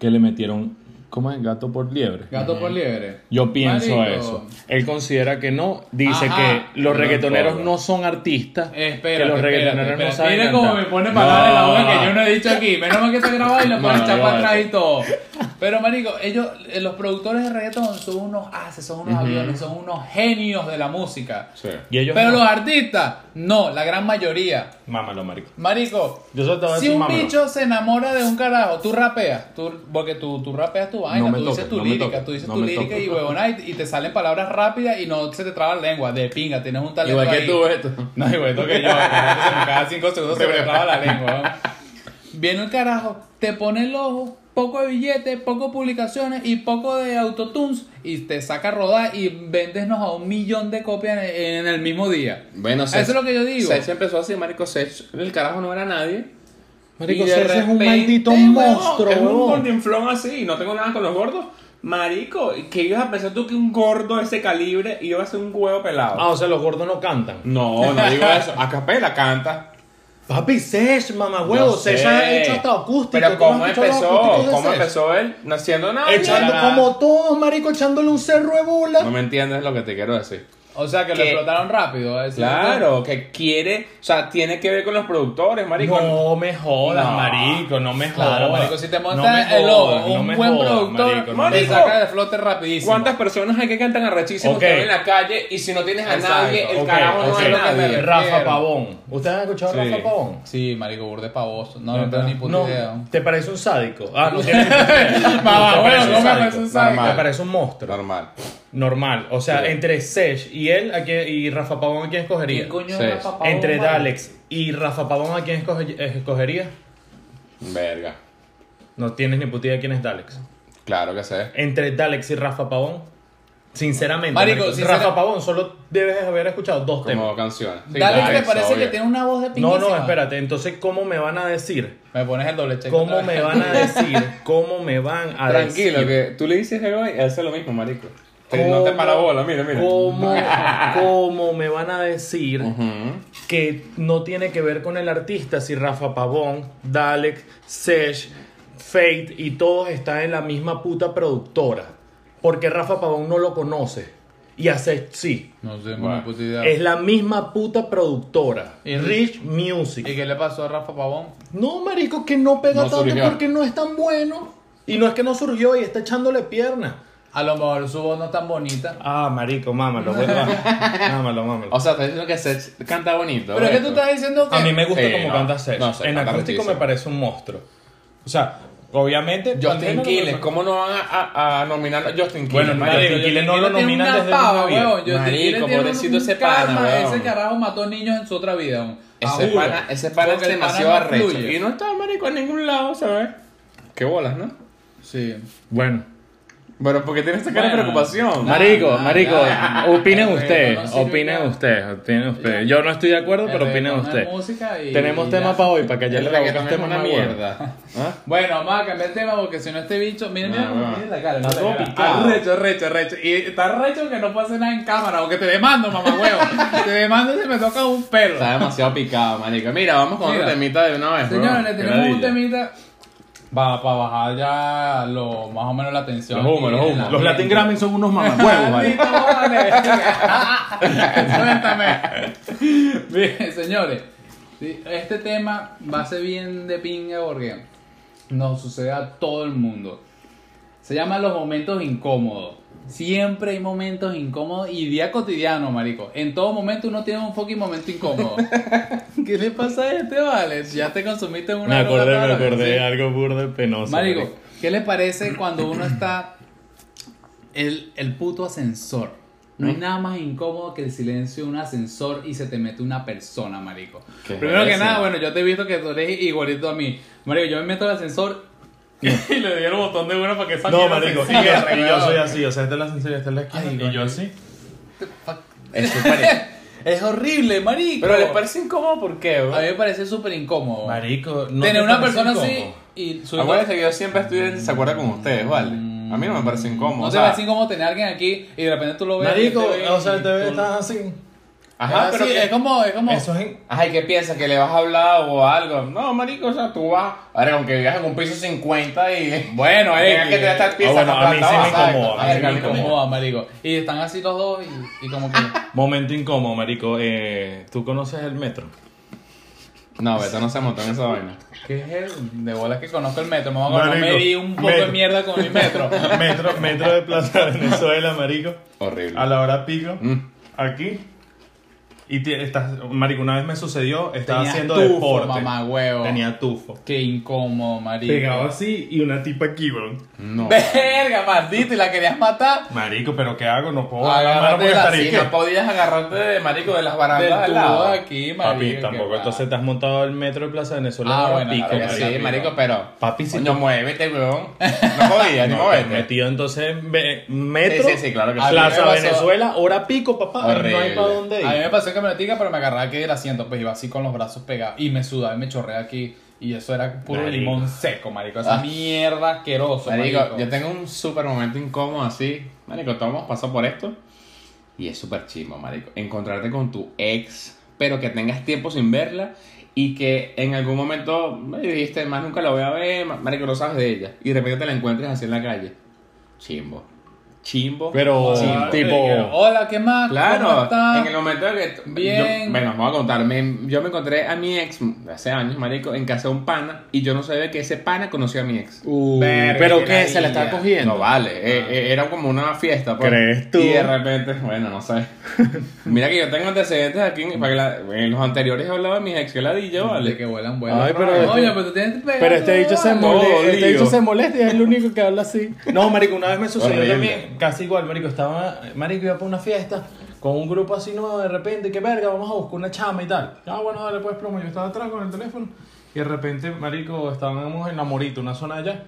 C: que le metieron. ¿Cómo es? Gato por liebre.
B: Gato por liebre.
C: Yo pienso
B: Marico,
C: eso. Él considera que no, dice
B: Ajá.
C: que los
A: No
C: reggaetoneros
A: importa.
C: no son artistas,
B: eh, Espérate,
C: que los reggaetoneros
B: espérate,
C: no saben
B: Mira
C: cantar.
B: cómo me pone palabras en la boca
C: No.
B: que yo no he dicho aquí. Menos mal que está grabado y lo
A: No,
B: pones
A: no,
B: echar
A: no,
B: para
A: no.
B: atrás y todo. Pero, marico, ellos, eh, los productores de reggaetón son unos haces, son unos aviones, son unos genios de la música.
A: Sí.
C: Y ellos
B: Pero
C: no.
B: los artistas, no, la gran mayoría.
C: Mámalo, marico.
B: Marico,
C: Yo solo te voy a
B: si
C: decir,
B: un
C: mámalo.
B: bicho se enamora de un carajo, tú rapeas, tú, porque tú, tú rapeas tu vaina,
C: No me
B: tú
C: toques,
B: dices tu
C: no me
B: lírica,
C: toques,
B: tú dices
C: no
B: tu
C: me
B: lírica
C: toques.
B: y huevona y, y te salen palabras rápidas y no se te traba la lengua, de pinga, tienes un talento
A: Igual que
B: ahí.
A: tú, Beto.
B: No, igual que yo, que cada cinco segundos se me traba la lengua. ¿no? Viene el carajo, te pone el ojo, poco de billetes, poco de publicaciones y poco de autotunes y te saca a rodar y vendernos a un millón de copias en en el mismo día.
A: Bueno,
B: Eso es lo que yo digo.
A: Sech empezó así, marico Sech. El carajo no era nadie.
C: Marico,
A: Y de
C: Sech es un
A: repente,
C: maldito
A: huevón,
C: monstruo,
A: Es un
C: huevón.
A: gordinflón así. Y no tengo nada con los gordos. Marico, que ibas a pensar tú que un gordo de ese calibre iba a ser un huevo pelado?
C: Ah, o sea, los gordos no cantan.
A: No, no digo eso. A capela canta.
C: Papi, Sesh, mamá huevo,
A: Yo sé.
C: Sesh ha hecho hasta acústico.
A: Pero
C: ¿Tú no has
A: ¿cómo
C: escuchado los
A: empezó?
C: acústicos de
A: ¿Cómo
C: Sesh?
A: empezó él? No haciendo nada.
C: Echando
B: Nada.
C: como todos, marico, echándole un cerro de bula.
A: No me entiendes lo que te quiero decir.
B: O sea, que lo
A: Que-
B: explotaron rápido. ¿eh?
A: Claro, que quiere, o sea, tiene que ver con los productores, marico.
C: No me jodas,
A: No.
C: marico, no me jodas.
B: Claro, marico, si te
C: No
B: montas
C: me
B: el
C: jodas,
B: lobo,
C: no
B: un
C: me
B: buen
C: jodas,
B: productor,
C: marico, no
A: marico.
B: te saca de flote rapidísimo.
A: ¿Cuántas personas hay que cantan arrechísimos
C: Ok.
A: que ven en la calle y si no tienes a
B: Exacto,
A: nadie, el
C: Ok,
A: carajo no
C: ok.
A: es lo que me
B: refiero.
C: Rafa Pavón. ¿Ustedes han escuchado a
A: Sí.
C: Rafa Pavón?
B: Sí, marico, burde pavoso. No, no, tengo ni puta
C: No,
B: idea.
C: ¿Te parece un sádico? Ah, no tienes ni puta idea.
B: Mamá,
C: ¿Te
B: bueno,
C: parece
B: no me
C: sádico?
B: parece un sádico.
A: Normal.
C: Me parece un monstruo.
A: Normal.
C: Normal. O sea,
A: Sí.
C: entre Sesh y él ¿a quién- y Rafa Pavón, ¿a quién escogería?
B: ¿Quién coño
A: Sí.
B: es Rafa Pavón,
C: Entre
B: marico?
C: Dalex y Rafa Pavón, ¿a quién escoge- eh, escogería?
A: Verga.
C: No tienes ni puta idea quién es Dalex.
A: Claro que sé.
C: Entre Dalex y Rafa Pavón, sinceramente,
B: Marico,
C: marico,
B: sincera-
C: Rafa Pavón, solo debes haber escuchado dos temas.
A: Como canciones. Sí,
B: Dale,
A: claro,
B: que te parece
A: obvio.
B: que tiene una voz de
C: No,
B: pinguísima.
C: no, espérate. Entonces, ¿cómo me van a decir?
B: Me pones el doble cheque.
C: ¿Cómo
B: otra vez.
C: me van a decir? ¿Cómo me van a decir?
A: Tranquilo, que tú le dices algo y hace lo mismo, marico. Te- No te
C: ¿Cómo-
A: para bola, mira, mira.
C: ¿Cómo, cómo me van a decir
A: Ujú.
C: que no tiene que ver con el artista si Rafa Pavón, Dalek, Sesh, Fate y todos están en la misma puta productora? Porque Rafa Pavón no lo conoce y a Sesh sí.
B: No sé,
A: Bueno.
B: ni puta idea.
C: Es la misma puta productora.
B: Y-
C: Rich
B: ¿Y
C: Music.
B: qué le pasó a Rafa Pavón?
C: No, marico, que no pega
A: No
C: tanto
A: surgió.
C: porque no es tan bueno. Y no es que no surgió y está echándole pierna.
B: A lo mejor su voz no es tan bonita.
C: Ah, marico, mámalo, güey, mámalo, mámalo.
A: O sea, estás diciendo que Seth canta bonito.
B: Pero es que tú
A: esto.
B: estás diciendo que...
C: A mí me gusta
A: Sí,
C: como
A: no,
C: canta Seth.
A: no, Seth
C: en
A: canta
C: acústico
A: arrechísimo.
C: me parece un monstruo. O sea, obviamente.
A: Justin
C: Bueno,
A: Quiles, ¿cómo no van a, a- a nominar a Justin Quiles?
C: Bueno,
A: marico?
C: Justin
B: Yo-
C: Quiles no
B: Justin
C: lo
B: Quiles
C: nominan
B: tiene
C: desde
B: una
C: una
B: pava,
C: vida.
B: weón. Justin
A: Marico,
B: Quiles tiene
A: pobrecito
B: un
A: ese pana,
B: karma.
A: weón.
B: Ese carajo mató niños en su otra vida. weón. A
A: Ese
B: juro.
A: pana, ese pana es
B: Porque el
A: demasiado
B: no
A: arrecho.
B: fluye.
A: Y no está marico en ningún lado, ¿sabes? Qué bolas, ¿no?
B: Sí.
C: Bueno,
A: Pero porque tiene esta cara de
B: Bueno.
A: preocupación.
B: Nah,
C: Marico,
B: nah,
C: marico,
B: nah.
C: opinen
B: El
C: ustedes,
B: reggaetón no sirve
C: opinen
B: nada.
C: ustedes, opinen ustedes. Yo no estoy de acuerdo, pero opinen
B: opinen
C: ustedes.
B: Música y
C: Tenemos
B: ya.
C: tema para hoy, para que ya
A: El
C: le la
A: reggaetón
C: boca
A: es
C: tema
A: una mierda.
C: ¿Ah?
B: Bueno, vamos a cambiar el tema porque si no este bicho, mira,
A: No,
B: mira cómo
A: no.
B: tiene la cara.
C: Está
B: mira la
C: todo
B: cara.
C: picado.
B: Ah, recho, recho, recho. Y está recho que no puede hacer nada en cámara, o que te demando, mamá huevo. te demando y se me toca un pelo.
A: Está demasiado picado, marico. Mira, vamos con
B: Mira.
A: otro temita de una vez, bro.
B: Señores, le
A: Qué
B: tenemos un
A: ladilla.
B: temita para bajar ya lo, más o menos la tensión.
A: Los humos,
B: y
A: los
B: el
A: humos.
D: Los
B: ambiente.
D: Latin Grammy son unos mamacuevos, ¿vale?
B: Maldito, vale. Suéltame. Bien, señores. sí, Este tema va a ser bien de pinga porque nos sucede a todo el mundo. Se llama los momentos incómodos. Siempre hay momentos incómodos y día cotidiano, marico. En todo momento uno tiene un fucking momento incómodo. ¿Qué le pasa a este, vale? Ya te consumiste una
C: Me
B: droga
C: acordé,
B: toda
C: me
B: la vida,
C: acordé,
B: ¿sí?
C: algo burdo y penoso.
B: Marico, ¿qué le parece cuando uno está el, el puto ascensor? No hay nada más incómodo que el silencio de un ascensor y se te mete una persona, marico.
A: ¿Qué
B: Primero
A: es
B: que
A: eso?
B: nada, bueno, yo te he visto que tú eres igualito a mí. Marico, yo me meto al ascensor y le doy el botón de bueno para que salga.
C: No, marico,
B: y
C: y yo- y yo soy
D: así, o sea, esta es la sencilla, esta es la
B: Ay,
D: y yo así.
A: Es súper-
B: Es horrible, marico.
A: Pero le parece incómodo, ¿por qué, bro?
B: A mí me parece súper incómodo.
D: Marico, no
B: Tener
D: te
B: una
D: parece
B: persona
D: incómodo?
B: así y su
A: Acuérdense que yo siempre estoy en desacuerdo con ustedes, ¿vale? A mí no me parece incómodo.
B: Mm. No
A: o
B: te
A: sea,
B: parece incómodo tener a alguien aquí y de repente tú lo ves.
D: Marico,
B: y te ven
D: o sea,
B: y
D: te ves,
B: tú-
D: estás así.
A: Ajá,
B: Ah,
A: pero.
B: sí,
A: que-
B: es como, es como.
D: Eso es. en-
A: Ajá, ¿y qué piensas? ¿Que le vas a hablar o algo? No, marico, o sea, tú vas. Ahora, aunque vivas en un piso 50 y.
B: Bueno, eh.
A: Tengas que tener estas piezas
C: bueno, a mí sí me incomoda, a mí sí me
B: Marico, joda, marico. Y están así los dos y, y como que.
C: Momento incómodo, marico. Eh, ¿Tú conoces el metro?
A: No, Beto no se montó en esa vaina.
B: ¿Qué es eso? De bolas que conozco el metro, mamá. Bueno, no
C: Marico,
B: me di un poco
C: metro.
B: de mierda con el metro.
C: Metro, metro de Plaza Venezuela, marico.
A: Horrible.
C: A la hora pico,
A: Mm.
C: aquí. Y te- estás, marico, una vez me sucedió, estaba
B: Tenía
C: haciendo
B: tufo,
C: deporte.
B: mamá, huevo.
C: Tenía tufo.
B: Qué incómodo, marico.
C: Pegado así y una tipa aquí, bro.
A: No.
B: Verga, maldito, y la querías matar.
C: Marico, pero ¿qué hago? No puedo dar la mano
A: Agárrate
C: porque
A: de la
C: estaría
A: silla,
C: aquí.
A: podías agarrarte de marico de las
B: Del
A: barandas al
B: tubo
A: lado.
B: de aquí, marico.
C: Papi,
B: qué
C: tampoco.
B: va.
C: Entonces te has montado el metro de Plaza Venezuela.
B: Ah,
C: a la hora
B: bueno,
C: pico,
A: Claro que
B: marico,
A: sí,
B: marico.
A: marico, pero.
C: Papi, si
A: Coño,
C: tú-
A: muévete, weón. No jodías, ni
C: No, pero
A: muévete.
C: metido entonces en ve- metro.
A: Sí, sí, sí, claro que sí.
C: Plaza
B: A mí me pasó-
C: Venezuela, hora pico, papá. No hay
A: Horrible.
C: para dónde ir.
B: A mí me pasó en camionetica, pero me agarraba aquí del asiento, pues iba así con los brazos pegados y me sudaba y me chorreaba aquí. Y eso era puro
C: Marico.
B: limón seco, marico. Esa
A: Ah.
B: mierda asqueroso,
A: Marico,
B: marico.
A: yo tengo un súper momento incómodo así. Marico, todos hemos pasado por esto. Y es súper chimo, marico. Encontrarte con tu ex, pero que tengas tiempo sin verla. Y que en algún momento me dijiste, más nunca la voy a ver, ma- marico, no sabes de ella. Y de repente te la encuentres así en la calle. Chimbo. Chimbo.
C: Pero,
A: chimbo.
C: tipo.
B: Hola, ¿qué más? ¿Cómo
A: Claro,
B: estás?
A: en el momento de que.
B: Bien.
A: Yo, bueno, os voy a contar. me- yo me encontré a mi ex hace años, marico, en casa de un pana. Y yo no sabía que ese pana conoció a mi ex.
C: Uh,
B: Verga,
C: pero
B: qué
C: que se la
B: ladilla.
C: está cogiendo.
A: No vale, eh, eh, era como una fiesta. pues.
C: ¿Crees tú?
A: Y de repente, bueno, no sé. Mira que yo tengo antecedentes aquí. En, para que la- en los anteriores he hablado de mis ex que ladilla,
B: Vale,
A: ¿vale?
B: que vuelan, vuelan.
C: Ay, pero
B: Oye,
C: este-
B: pero tú tienes pegado
C: Pero este bicho se
B: todo,
A: mo-
C: molesta,
A: Todo
C: este
A: lío.
C: bicho se molesta y es el único que habla así.
D: No, marico, una vez me sucedió
A: Horrible.
D: también, casi igual, marico, estaba, marico iba para una fiesta con un grupo así nuevo de repente, que verga, vamos a buscar una chama y tal. Ah, bueno, dale pues plomo, yo estaba atrás con el teléfono y de repente, marico, estábamos en la Morita, una zona allá.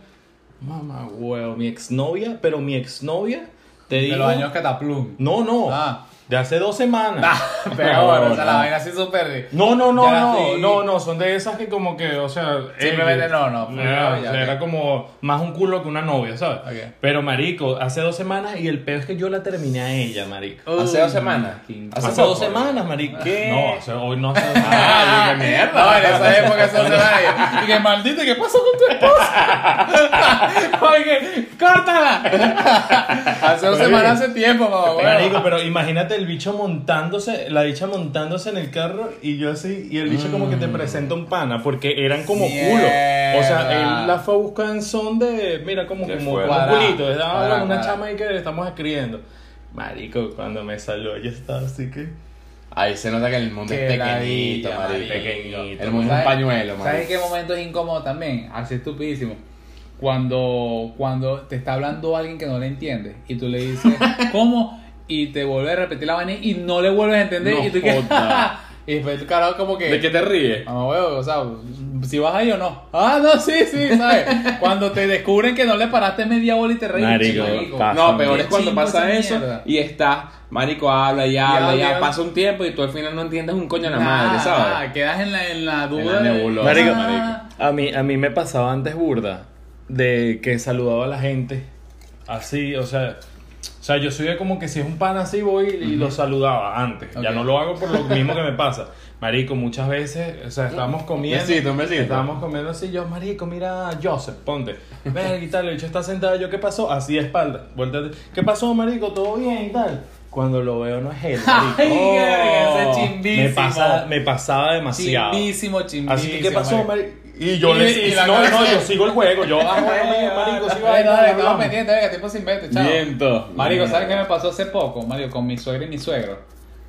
D: Mamá, huevo, mi exnovia, pero mi exnovia te
B: De
D: digo
B: los años Cataplum.
D: No, no.
B: Ah.
D: De hace dos semanas.
B: Pero bueno, o sea,
A: no.
B: la vaina así súper.
D: No, no, no,
B: Ya
D: no,
B: estoy-
D: no, no, son de esas que como que, o sea...
B: Simplemente
D: X.
B: no, no, pues,
D: Era, o
B: no, ya,
D: sea,
B: ok.
D: era como más un culo que una novia, ¿sabes?
B: Ok.
D: Pero marico, hace dos semanas y el peor es que yo la terminé a ella,
B: Oh,
D: marico.
A: Hace dos semanas.
D: Hace,
A: poco.
D: dos semanas, marico.
A: ¿Qué?
D: No, o sea, hoy no hace...
A: Ah,
B: Ah,
A: yo, qué
B: mierda.
A: mierda.
B: No, en esa época eso no se vaya. Y que maldito, ¿qué pasó con tu esposa? Oye, córtala. Hace dos semanas, hace tiempo, mamá. huevo.
D: Marico, pero imagínate el bicho montándose, la bicha montándose en el carro y yo así, y el bicho como que te
B: Mm.
D: presenta un pana, porque eran como culo. O sea,
B: Mierda.
D: él la fue a buscar en son de, mira, como,
A: Qué
D: como,
A: fuerte.
D: como un
B: Cuadra,
D: culito, es ah,
B: cuadra,
D: una
B: cuadra.
D: chama ahí que le estamos escribiendo. Marico, cuando me salió, yo estaba así que...
A: Ahí se nota que el mundo
B: Qué
A: es pequeñito,
B: ladilla,
A: marico.
B: marico.
A: El mundo es un pañuelo,
B: ¿Sabes en
A: marico.
B: qué momento es incómodo también? Así estupidísimo. Cuando, cuando te está hablando alguien que no le entiende y tú le dices, ¿cómo? Y te vuelve a repetir la vaina y no le vuelves a entender.
A: No
B: y tú que-
A: joda.
B: y después tu carajo como que.
A: ¿De qué te ríes?
B: Mamá huevo, o sea, si vas ahí o no. Ah, no, sí, sí, ¿sabes? Cuando te descubren que no le paraste media bola y te reíste,
C: Marico,
B: marico.
C: pasa.
A: No, peor
B: Qué
A: es cuando
B: chimbo
A: pasa
B: esa
A: eso
B: mierda.
A: y estás, marico, habla y habla y
B: habla.
A: ya pasa un tiempo y tú al final no entiendes un coño a la
B: Nada,
A: madre, ¿sabes?
B: nada, quedas en la, en la
A: En
B: duda.
A: la
B: de-
A: nebulosa,
C: Marico,
B: Ah,
C: a mí, a mí me pasaba antes burda de que saludaba a la gente así, o sea, o sea, yo soy de como que si es un pan así voy y lo saludaba antes. Ya
B: Ok.
C: no lo hago por lo mismo que me pasa. Marico, muchas veces, o sea, estábamos comiendo.
A: besito, un besito.
C: Estábamos comiendo así, yo, marico, mira a Joseph, ponte. Ven y tal, el bicho está sentado, yo, ¿qué pasó? Así de espalda, vuéltate. ¿Qué pasó, marico? ¿Todo bien y tal? Cuando lo veo no es él, marico.
B: Ay, verga, ese
C: Oh,
B: chimbísimo.
C: Me, pasa, me pasaba demasiado.
B: Chimbísimo, chimbísimo.
C: Así que, ¿qué pasó,
B: marico?
C: marico? Y yo
B: Y-
C: le
B: y la
C: no,
B: cara-
C: no, yo sigo el juego. Yo, ah, bueno,
B: Ay,
C: mira, marico, sigo
B: Ay,
C: ahí,
B: dale,
C: dale,
B: estamos
C: hablamos.
B: pendientes, venga, tiempo sin vete, chao.
A: Viento.
B: Marico, ¿sabes qué me pasó hace poco? Marico, con mi suegra y mi suegro.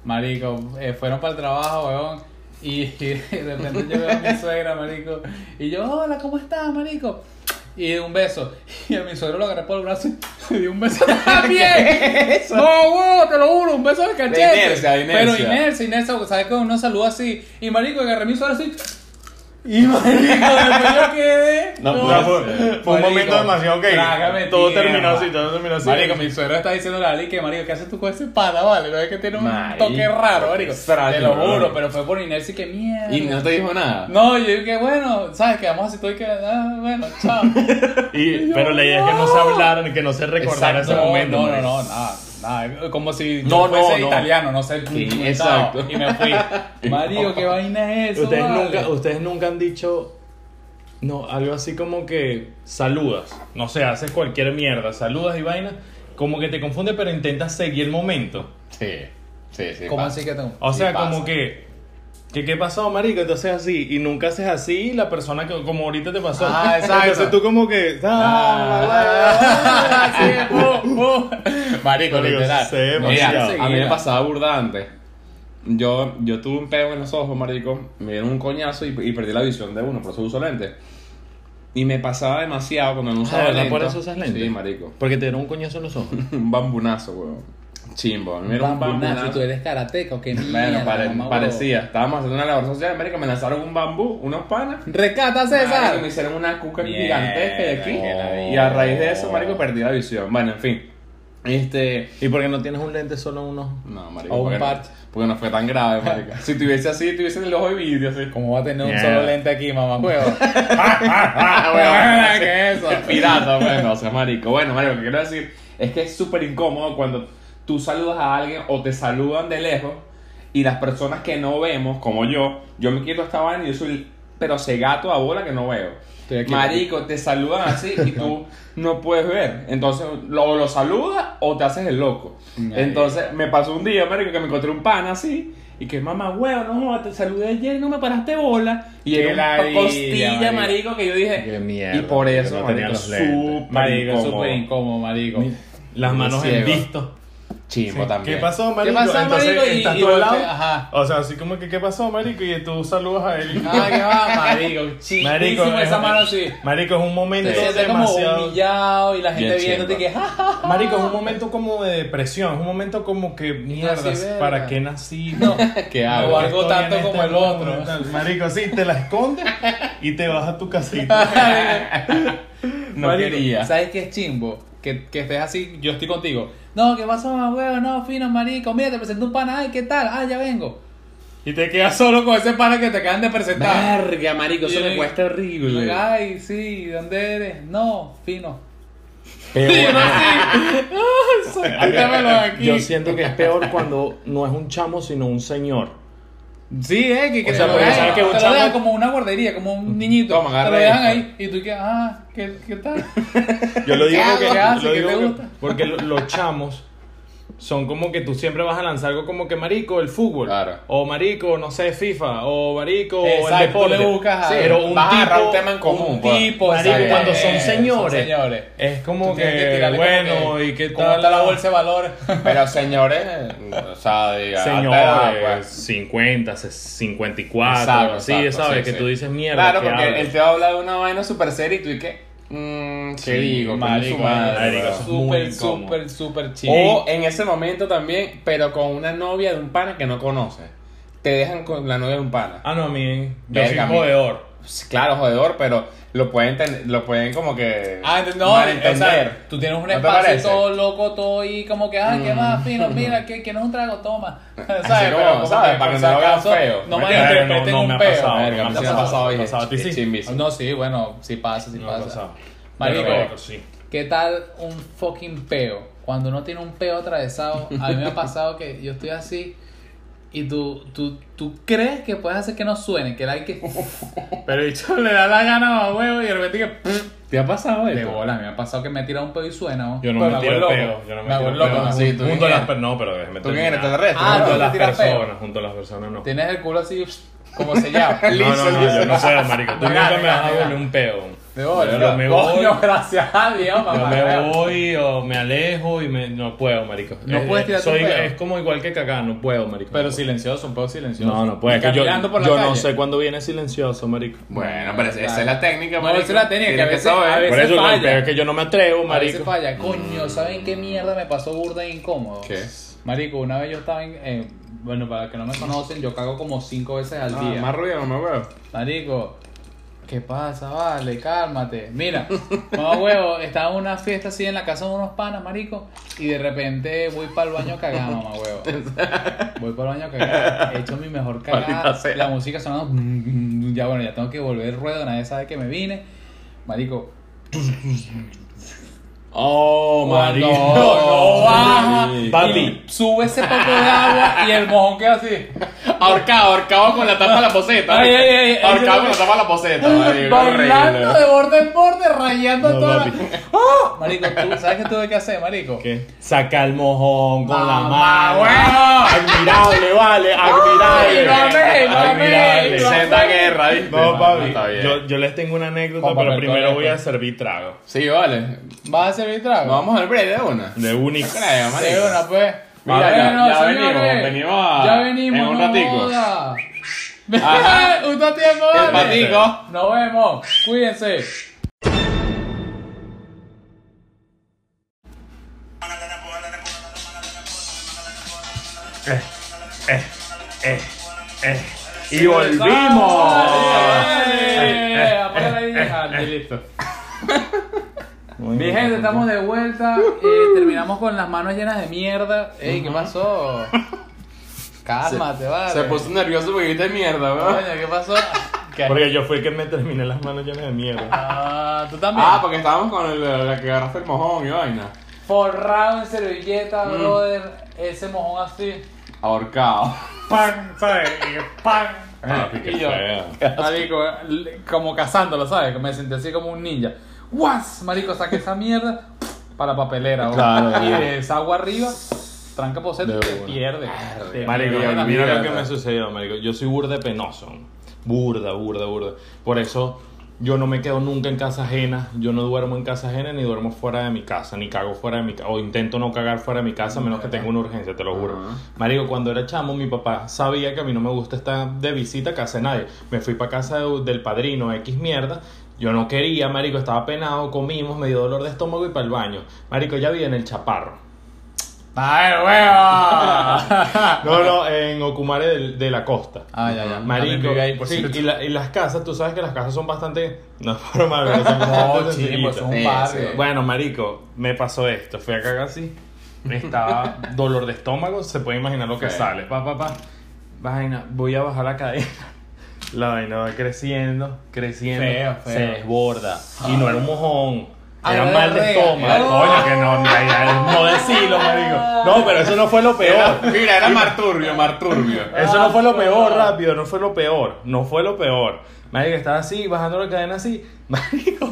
B: Marico, eh, fueron para el trabajo, weón. Y, y de repente yo veo a mi suegra, marico. Y yo, hola, ¿cómo estás, marico? Y un beso. Y a mi suegro lo agarré por el brazo y le di un beso también. No, weón, te lo juro, un beso de cachete.
A: inercia, de inercia.
B: Pero inercia, inercia, porque sabes que uno saluda así. Y marico, agarré a mi suegro así. Y marico, después yo quedé.
C: No,
B: con-
C: no, fue, fue un
B: pues, Marico,
C: momento demasiado gay.
B: trágame
C: todo
B: tierra.
C: terminó así, todo terminó así.
B: Marico, mi suegro está diciendo a Ali que, marico, ¿qué haces tú con ese pana, vale? No es que tiene un
A: Marico,
B: toque raro, marico.
A: extraño,
B: Te lo
A: bro.
B: juro, pero fue por inercia y que mierda.
A: Y no te dijo nada.
B: No, yo dije, bueno, ¿sabes? Quedamos así, todo y que, ah, bueno, chao.
C: Y- pero la idea es que no se hablaran, que no se recordara
B: Exacto,
C: ese momento.
B: No, no,
C: marico.
B: no, nada. Nada, como si
C: No,
B: yo fuese
C: no, no.
B: italiano, no sé.
A: Sí,
B: inventado,
A: exacto.
B: Y me fui. Marico, ¿qué vaina es eso?
C: Ustedes,
B: vale?
C: nunca, ustedes nunca han dicho. No, algo así como que saludas. No sé, haces cualquier mierda, saludas y vaina. Como que te confunde, pero intentas seguir el momento.
A: Sí, sí, sí.
B: ¿Cómo
A: pasa.
B: así que tengo?
C: O sea,
B: Sí, pasa.
C: como que, que ¿qué pasó, marico? Entonces así, y nunca haces así, y la persona que como ahorita te pasó.
B: Ah, exacto.
C: Entonces tú como que, "Ah,
B: Ah, sí, uh, uh. Marico,
C: Marico,
B: literal.
C: sé
A: Mira,
C: demasiado.
A: a mí me pasaba burda antes. Yo, yo tuve un peo en los ojos, marico. Me dieron un coñazo y, y perdí la visión de uno, por eso uso lentes. Y me pasaba demasiado cuando no
C: Ah,
A: usaba
C: ¿verdad?
A: lentes.
C: ¿Por eso usas lentes?
A: Sí, marico.
C: Porque te dieron un coñazo en los ojos.
A: Un bambunazo, weón. Chimbo. A mí me dieron un
B: Bambunazo,
A: bambunazo.
B: ¿y tú eres karateca o qué mierda.
A: Bueno, pare-
B: mamá,
A: parecía. Estábamos haciendo una labor social, marico. Me lanzaron un bambú, unos panas.
B: huevo? Rescata
A: Marico,
B: César.
A: me hicieron una cuca
B: Mierda,
A: gigantesca de aquí.
B: que la
A: y
B: vida.
A: a raíz de eso, marico, perdí la visión. Bueno, en fin. Este...
C: ¿Y porque no tienes un lente solo uno?
A: No, marico.
B: O un
A: porque no-
B: parche.
A: porque no fue tan grave, marico. si tuviese así, tuviese en el ojo de vidrio, así.
B: ¿Cómo va a tener un
C: Mierda.
B: solo lente aquí, mamá huevo?
A: Ah,
B: Ah,
A: bueno,
B: ¿Qué es eso?
A: El pirata, bueno, o sea, marico. Bueno, marico, lo que quiero decir es que es súper incómodo cuando tú saludas a alguien o te saludan de lejos y las personas que no vemos, como yo, yo me quito esta vaina y yo soy, pero ese gato a bola que no veo.
B: Estoy aquí.
A: marico, te saludan así y tú no puedes ver. Entonces, lo, lo saludas o te haces el loco.
B: Marico.
A: Entonces, me pasó un día, marico, que me encontré un pan así y que, mamá, huevo, no, jodas, te saludé ayer y no me paraste bola. Y
B: Qué
A: era una
B: ladilla,
A: costilla,
B: marico.
A: marico, que yo dije,
C: Qué mierda,
A: y por
C: yo
A: eso,
C: no tenía
A: marico,
C: los lentes.
A: súper
B: Marico,
A: incómodo.
B: súper incómodo, marico.
C: Las manos en
A: Ciego.
C: visto.
A: Chimbo también.
C: ¿Qué pasó, marico?
B: ¿Qué pasó,
C: Entonces,
B: marico? Y-
C: estás
B: y
C: tú al lado.
B: voltea, ajá.
C: O sea, así como que, ¿qué pasó, marico? Y tú saludas a él.
B: Ah, ¿qué va, marico?
C: Marico,
B: Chiquísimo esa
C: es-
B: mano así.
C: Marico, es un momento
B: Te sientes como
C: demasiado...
B: humillado y la gente
A: Bien
B: viéndote que,
A: chimba.
B: ja, ja,
C: Marico, es un momento como de depresión, es un momento como que mierdas,
B: verga.
C: ¿para qué nací?
B: no.
A: ¿Qué
B: No
A: hago?
B: valgo
C: Estoy en
B: tanto como el
C: mundo,
B: otro.
C: tal. Marico, sí, te la escondes y te vas a tu casita.
A: no
B: Marico,
A: quería.
B: ¿Sabes qué es chimbo? Que, que estés así, yo estoy contigo. No, ¿qué pasó, mamá, huevo? No, fino, marico. Mira, te presento un pana. Ay, ¿qué tal? Ah, ya vengo. Y te quedas solo con ese pana que te acaban de presentar.
A: Verga, marico,
B: Y
A: eso
B: yo
A: me
B: digo,
A: cuesta horrible.
B: Ay, sí, ¿dónde eres? No, fino.
C: Peor.
B: Y uno así. "Ah, sa- quítamelo de aquí.
C: Yo siento que es peor cuando no es un chamo, sino un señor.
B: Sí, eh, que, que
C: sea,
B: te lo
C: porque
B: dejan,
C: sabes que un
B: te lo
C: chamo-
B: dejan como una guardería, como un niñito.
A: Toma,
B: te lo
A: agarra
B: dejan
A: esto.
B: ahí y tú que, ah, ¿qué, qué tal?
C: Yo lo digo
B: ¿Qué
C: porque,
B: hago? ¿Qué haces?
C: lo
B: ¿Qué
C: digo
B: te
C: porque-
B: gusta?
C: porque lo- los chamos son como que tú siempre vas a lanzar algo como que marico, el fútbol.
A: Claro.
C: O marico, no sé, FIFA. O marico, el
B: Exacto,
C: deporte.
B: le buscas a-
C: Sí, pero un
A: vas a agarrar
C: tipo,
A: un tema en común,
C: un
A: pues.
C: tipo,
B: Marico,
C: marico, cuando
B: eh,
C: son
B: son
C: señores,
B: señores.
C: es como
B: Tú
C: que,
B: tienes tirarle como
C: bueno,
B: que,
C: y qué
B: ¿cómo
C: tal
B: está la bolsa de valores?
A: Pero señores, o sea, diga, alta edad,
C: Señores,
A: pues.
C: 50, 54,
A: Exacto,
C: así,
A: exacto,
C: ¿sabes?
A: sí,
C: que
A: sí.
C: tú dices mierda.
A: Claro,
C: ¿qué
A: porque
C: hablas?
A: él te va a hablar de una vaina súper seria y tú y que. Mmm, ¿qué digo? Coño,
B: marico,
A: su madre,
C: marico,
A: weón.
C: eso es muy
B: Súper,
C: incómodo.
B: súper, súper chido.
A: O en ese momento también, pero con una novia de un pana que no conoces. Te dejan con la novia de un pana.
C: Ah, no, a mí. Yo
A: Verga,
C: soy
A: a mí.
C: jodedor.
A: pues, claro, jodedor, pero lo pueden, ten- lo pueden como que
B: Ah, ent- no, o sea,
A: malentender.
B: tú tienes un
A: ¿No te
B: espacio
A: parece?
B: todo loco, todo ahí, como que, ah, qué más fino, mira, que quieres un trago, toma. ¿Sabes?
A: Así como, ¿sabes? Para
B: por
A: que no lo
B: si
A: vean
B: acaso,
A: feo.
B: No
A: Me
C: quedaron, no,
B: malinterpreten
C: no
B: un
C: me ha
B: peo.
C: pasado,
A: Verga,
C: no
A: a mí
C: me
A: sí me ha pasado, y es-
C: pasado, a ti
A: es
C: sí.
A: chimbísimo.
B: No, sí, bueno, sí pasa, sí
C: No ha
B: pasa.
C: pasado.
B: Marico,
C: Pero sí.
B: ¿qué tal un fucking peo? Cuando uno tiene un peo atravesado, a mí me ha pasado que yo estoy así y tú, tú, tú crees que puedes hacer que no suene, que el aire que... Pero el bicho le da la gana a huevo y de repente que...
A: ¿Te ha pasado
B: De
A: esto?
B: bola, me ha pasado que me ha tirado un pedo y suena. ¿no?
C: Yo no
B: Pero
C: me
B: vuelvo
C: tiro
B: loco.
C: peo. Yo no me,
B: me
C: tiro
B: vuelvo loco.
C: peo.
B: ¿no?
A: sí,
C: junto a
A: tú vienes.
C: las personas. No, pero déjame
A: ¿Tú
C: terminar.
A: quién eres? ¿Extraterrestre?
B: Ah,
C: junto
B: no,
C: a las
B: te tiras peo.
C: personas. Junto a las personas no.
B: Tienes el culo así, como sellado.
C: No, no, no, yo no sé, marico. Tú
B: Legal,
C: nunca me vas a
B: legal,
C: volver un peo.
B: De bola.
C: Yo me
B: Coño,
C: voy.
B: gracias a Dios,
C: Yo
B: mamá.
C: me voy o me alejo y me, no puedo, marico.
B: No
C: Eh,
B: puedes tirar tu
C: soy,
B: peo.
C: Es como igual que cagar, no puedo, marico.
B: Pero silencioso, un pedo silencioso.
C: No, no puede.
B: Y
C: que yo
B: Caminando por la
C: yo
B: calle.
C: no sé cuándo viene silencioso, marico.
A: Bueno, pero esa esa
B: Claro.
A: es la técnica,
B: No,
A: marico.
B: esa es la técnica, que a
A: Tienes
B: veces- a
A: saber.
C: Por
B: veces
C: eso no,
B: falla.
C: el peo es que yo no me atrevo,
B: A veces
C: marico.
B: falla. Coño, ¿saben qué mierda me pasó burda e incómodo?
A: Mm. ¿Qué?
B: Marico, una vez yo estaba en... eh, bueno, para los que no me conocen, yo cago como cinco veces al
A: Ah,
B: día.
A: Más ruido, no me huevo.
B: Marico, ¿qué pasa? Vale, cálmate. Mira, mamá huevo, estaba en una fiesta así en la casa de unos panas, marico, y de repente voy para el baño cagado, mamá huevo. Voy para el baño cagado, he hecho mi mejor cagada.
A: Maldita sea.
B: La música sonando, ya bueno, ya tengo que volver el ruedo, nadie sabe que me vine. Marico,
C: Oh,
B: cuando
C: marico.
B: no baja,
C: Papi.
B: y sube ese poco de agua y el mojón queda así.
A: Ahorcado, ahorcado con la tapa de la poseta.
B: Ay, ay, ay, ay,
A: ahorcado
B: yo-
A: con la tapa de la poseta. marico,
B: Bailando
A: horrible.
B: de borde en borde, rayando
C: No,
B: toda la...
C: papi.
B: ¡Ah! Marico, ¿tú sabes qué tuve que hacer, marico? Ah,
C: ¿Qué? Saca el mojón con la
B: Mamá,
C: mano.
B: huevo.
C: Admirable, vale,
B: Ay,
C: admirable.
B: mamé, mamé,
C: Admirable.
B: mamé.
A: Senda guerra, ¿viste?
C: No, papi.
A: Está bien.
C: Yo, yo les tengo una anécdota,
B: Compa,
C: pero
B: me
C: primero
B: conecto.
C: voy a servir trago.
A: Sí, vale.
B: ¿Vas a servir trago?
A: Nos vamos al break de una.
C: De
A: No
C: Unix.
A: creo,
B: Sí,
A: marico.
B: una, pues.
A: Mira,
B: Ah,
A: ya-
B: bueno,
A: ya
B: señores,
A: venimos, venimos a-
B: Ya venimos,
A: en un
B: no
A: ratico.
B: joda.
A: Ajá.
B: Un tiempo,
A: El
B: vale.
A: patico.
B: Nos vemos. Cuídense.
C: Y volvimos.
B: Vale. Apaga la hija. Y listo. Mi gente, estamos de vuelta. Eh, terminamos con las manos llenas de mierda. Ey, ¿qué pasó? Cálmate, vale.
A: Se puso pues, nervioso porque viste mierda,
B: Coño,
A: weón.
B: ¿qué pasó?
C: Porque yo fui el que me terminé las manos llenas de mierda.
B: Ah, tú también.
A: Ah, porque estábamos con el, la que agarraste el mojón y vaina.
B: Forrado en
C: Mm.
B: servilleta, brother. Ese mojón así.
A: Ahorcado.
B: ¡Pam! ¿Sabes? ¡Pam!
C: Papi, Ah, qué
B: Y yo,
C: feo.
B: marico, le- como cazándolo, ¿sabes? Que me sentí así como un ninja. ¡Guas! Marico, saqué esa mierda para papelera, bro.
C: Claro,
B: y
C: claro.
B: desagua arriba, tranca poseta y
C: De
B: te
C: una.
B: pierde. Te
C: Marico,
B: pierde la
C: mira
B: mierda.
C: lo que me sucedió, marico. Yo soy burda de penoso. Burda, burda, burda. Por eso yo no me quedo nunca en casa ajena. Yo no duermo en casa ajena ni duermo fuera de mi casa, ni cago fuera de mi casa. O intento no cagar fuera de mi casa, a menos que tenga una urgencia, te lo juro.
A: Ajá.
C: Marico, cuando era chamo, mi papá sabía que a mí no me gusta estar de visita a casa de nadie. Me fui para casa de- del padrino, X mierda. Yo no quería, marico, estaba penado, comimos, me dio dolor de estómago y para el baño. Marico, ya vivía en el chaparro.
B: ¡Ay, huevo!
C: No, no, en Ocumare del- de la costa.
B: Ah, ya, ya. También
C: Marico,
B: vive ahí, por
C: sí,
B: cierto.
C: y, la- y las casas, tú sabes que las casas son bastante. No es por mal, pero son
B: No,
C: bastante
B: chico,
C: sencillitas.
B: eso es un
A: Sí,
B: barrio.
A: sí.
C: Bueno, Marico, me pasó esto. Fui a cagar así. Estaba dolor de estómago, se puede imaginar lo que
A: Sí.
C: sale. Pa, pa, pa. Vaina, voy a bajar la cadena. La vaina va creciendo, creciendo.
B: Feo, feo.
C: Se desborda. Y no era un mojón.
B: Ah,
C: Era
B: era
C: mal de
B: diarrea.
C: estómago.
B: Ah.
C: Coño, que no, ya, ya, no decirlo, marico. No, pero eso no fue lo peor.
A: Era- mira, era Marturbio, Marturbio.
C: Eso no fue lo peor,
B: Ah.
C: rápido, no fue lo peor, no fue lo peor. Marico, estaba así, bajando la cadena así, marico.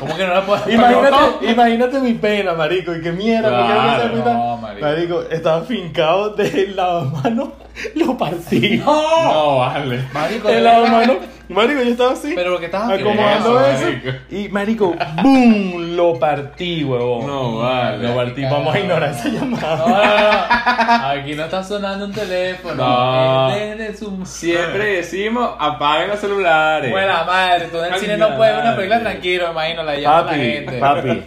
B: ¿Cómo que no la
C: pues,
B: puedo
C: Imagínate, imagínate mi pena, marico, y qué mierda, porque
A: Claro,
C: no se cuenta.
B: no, marico.
C: marico. estaba fincado de lavamanos, lo partí.
B: Oh.
A: No, vale.
B: Marico,
C: El lavamanos, marico, yo estaba así.
B: Pero porque estás
C: acomodando
A: asqueroso,
C: eso,
A: marico.
C: y marico, boom, lo partí, huevón.
A: No, vale.
C: lo partí, vamos a ignorar esa llamada.
B: No, no, no. Aquí no está sonando un teléfono.
A: No.
B: Es desde su-
A: Siempre decimos, apaguen los celulares.
B: Buena madre, tú en el
A: Ay,
B: cine no
A: mi
B: puedes ver una
A: madre.
B: película tranquilo, me imagino, la llama la
C: Papi,
B: gente.
C: papi,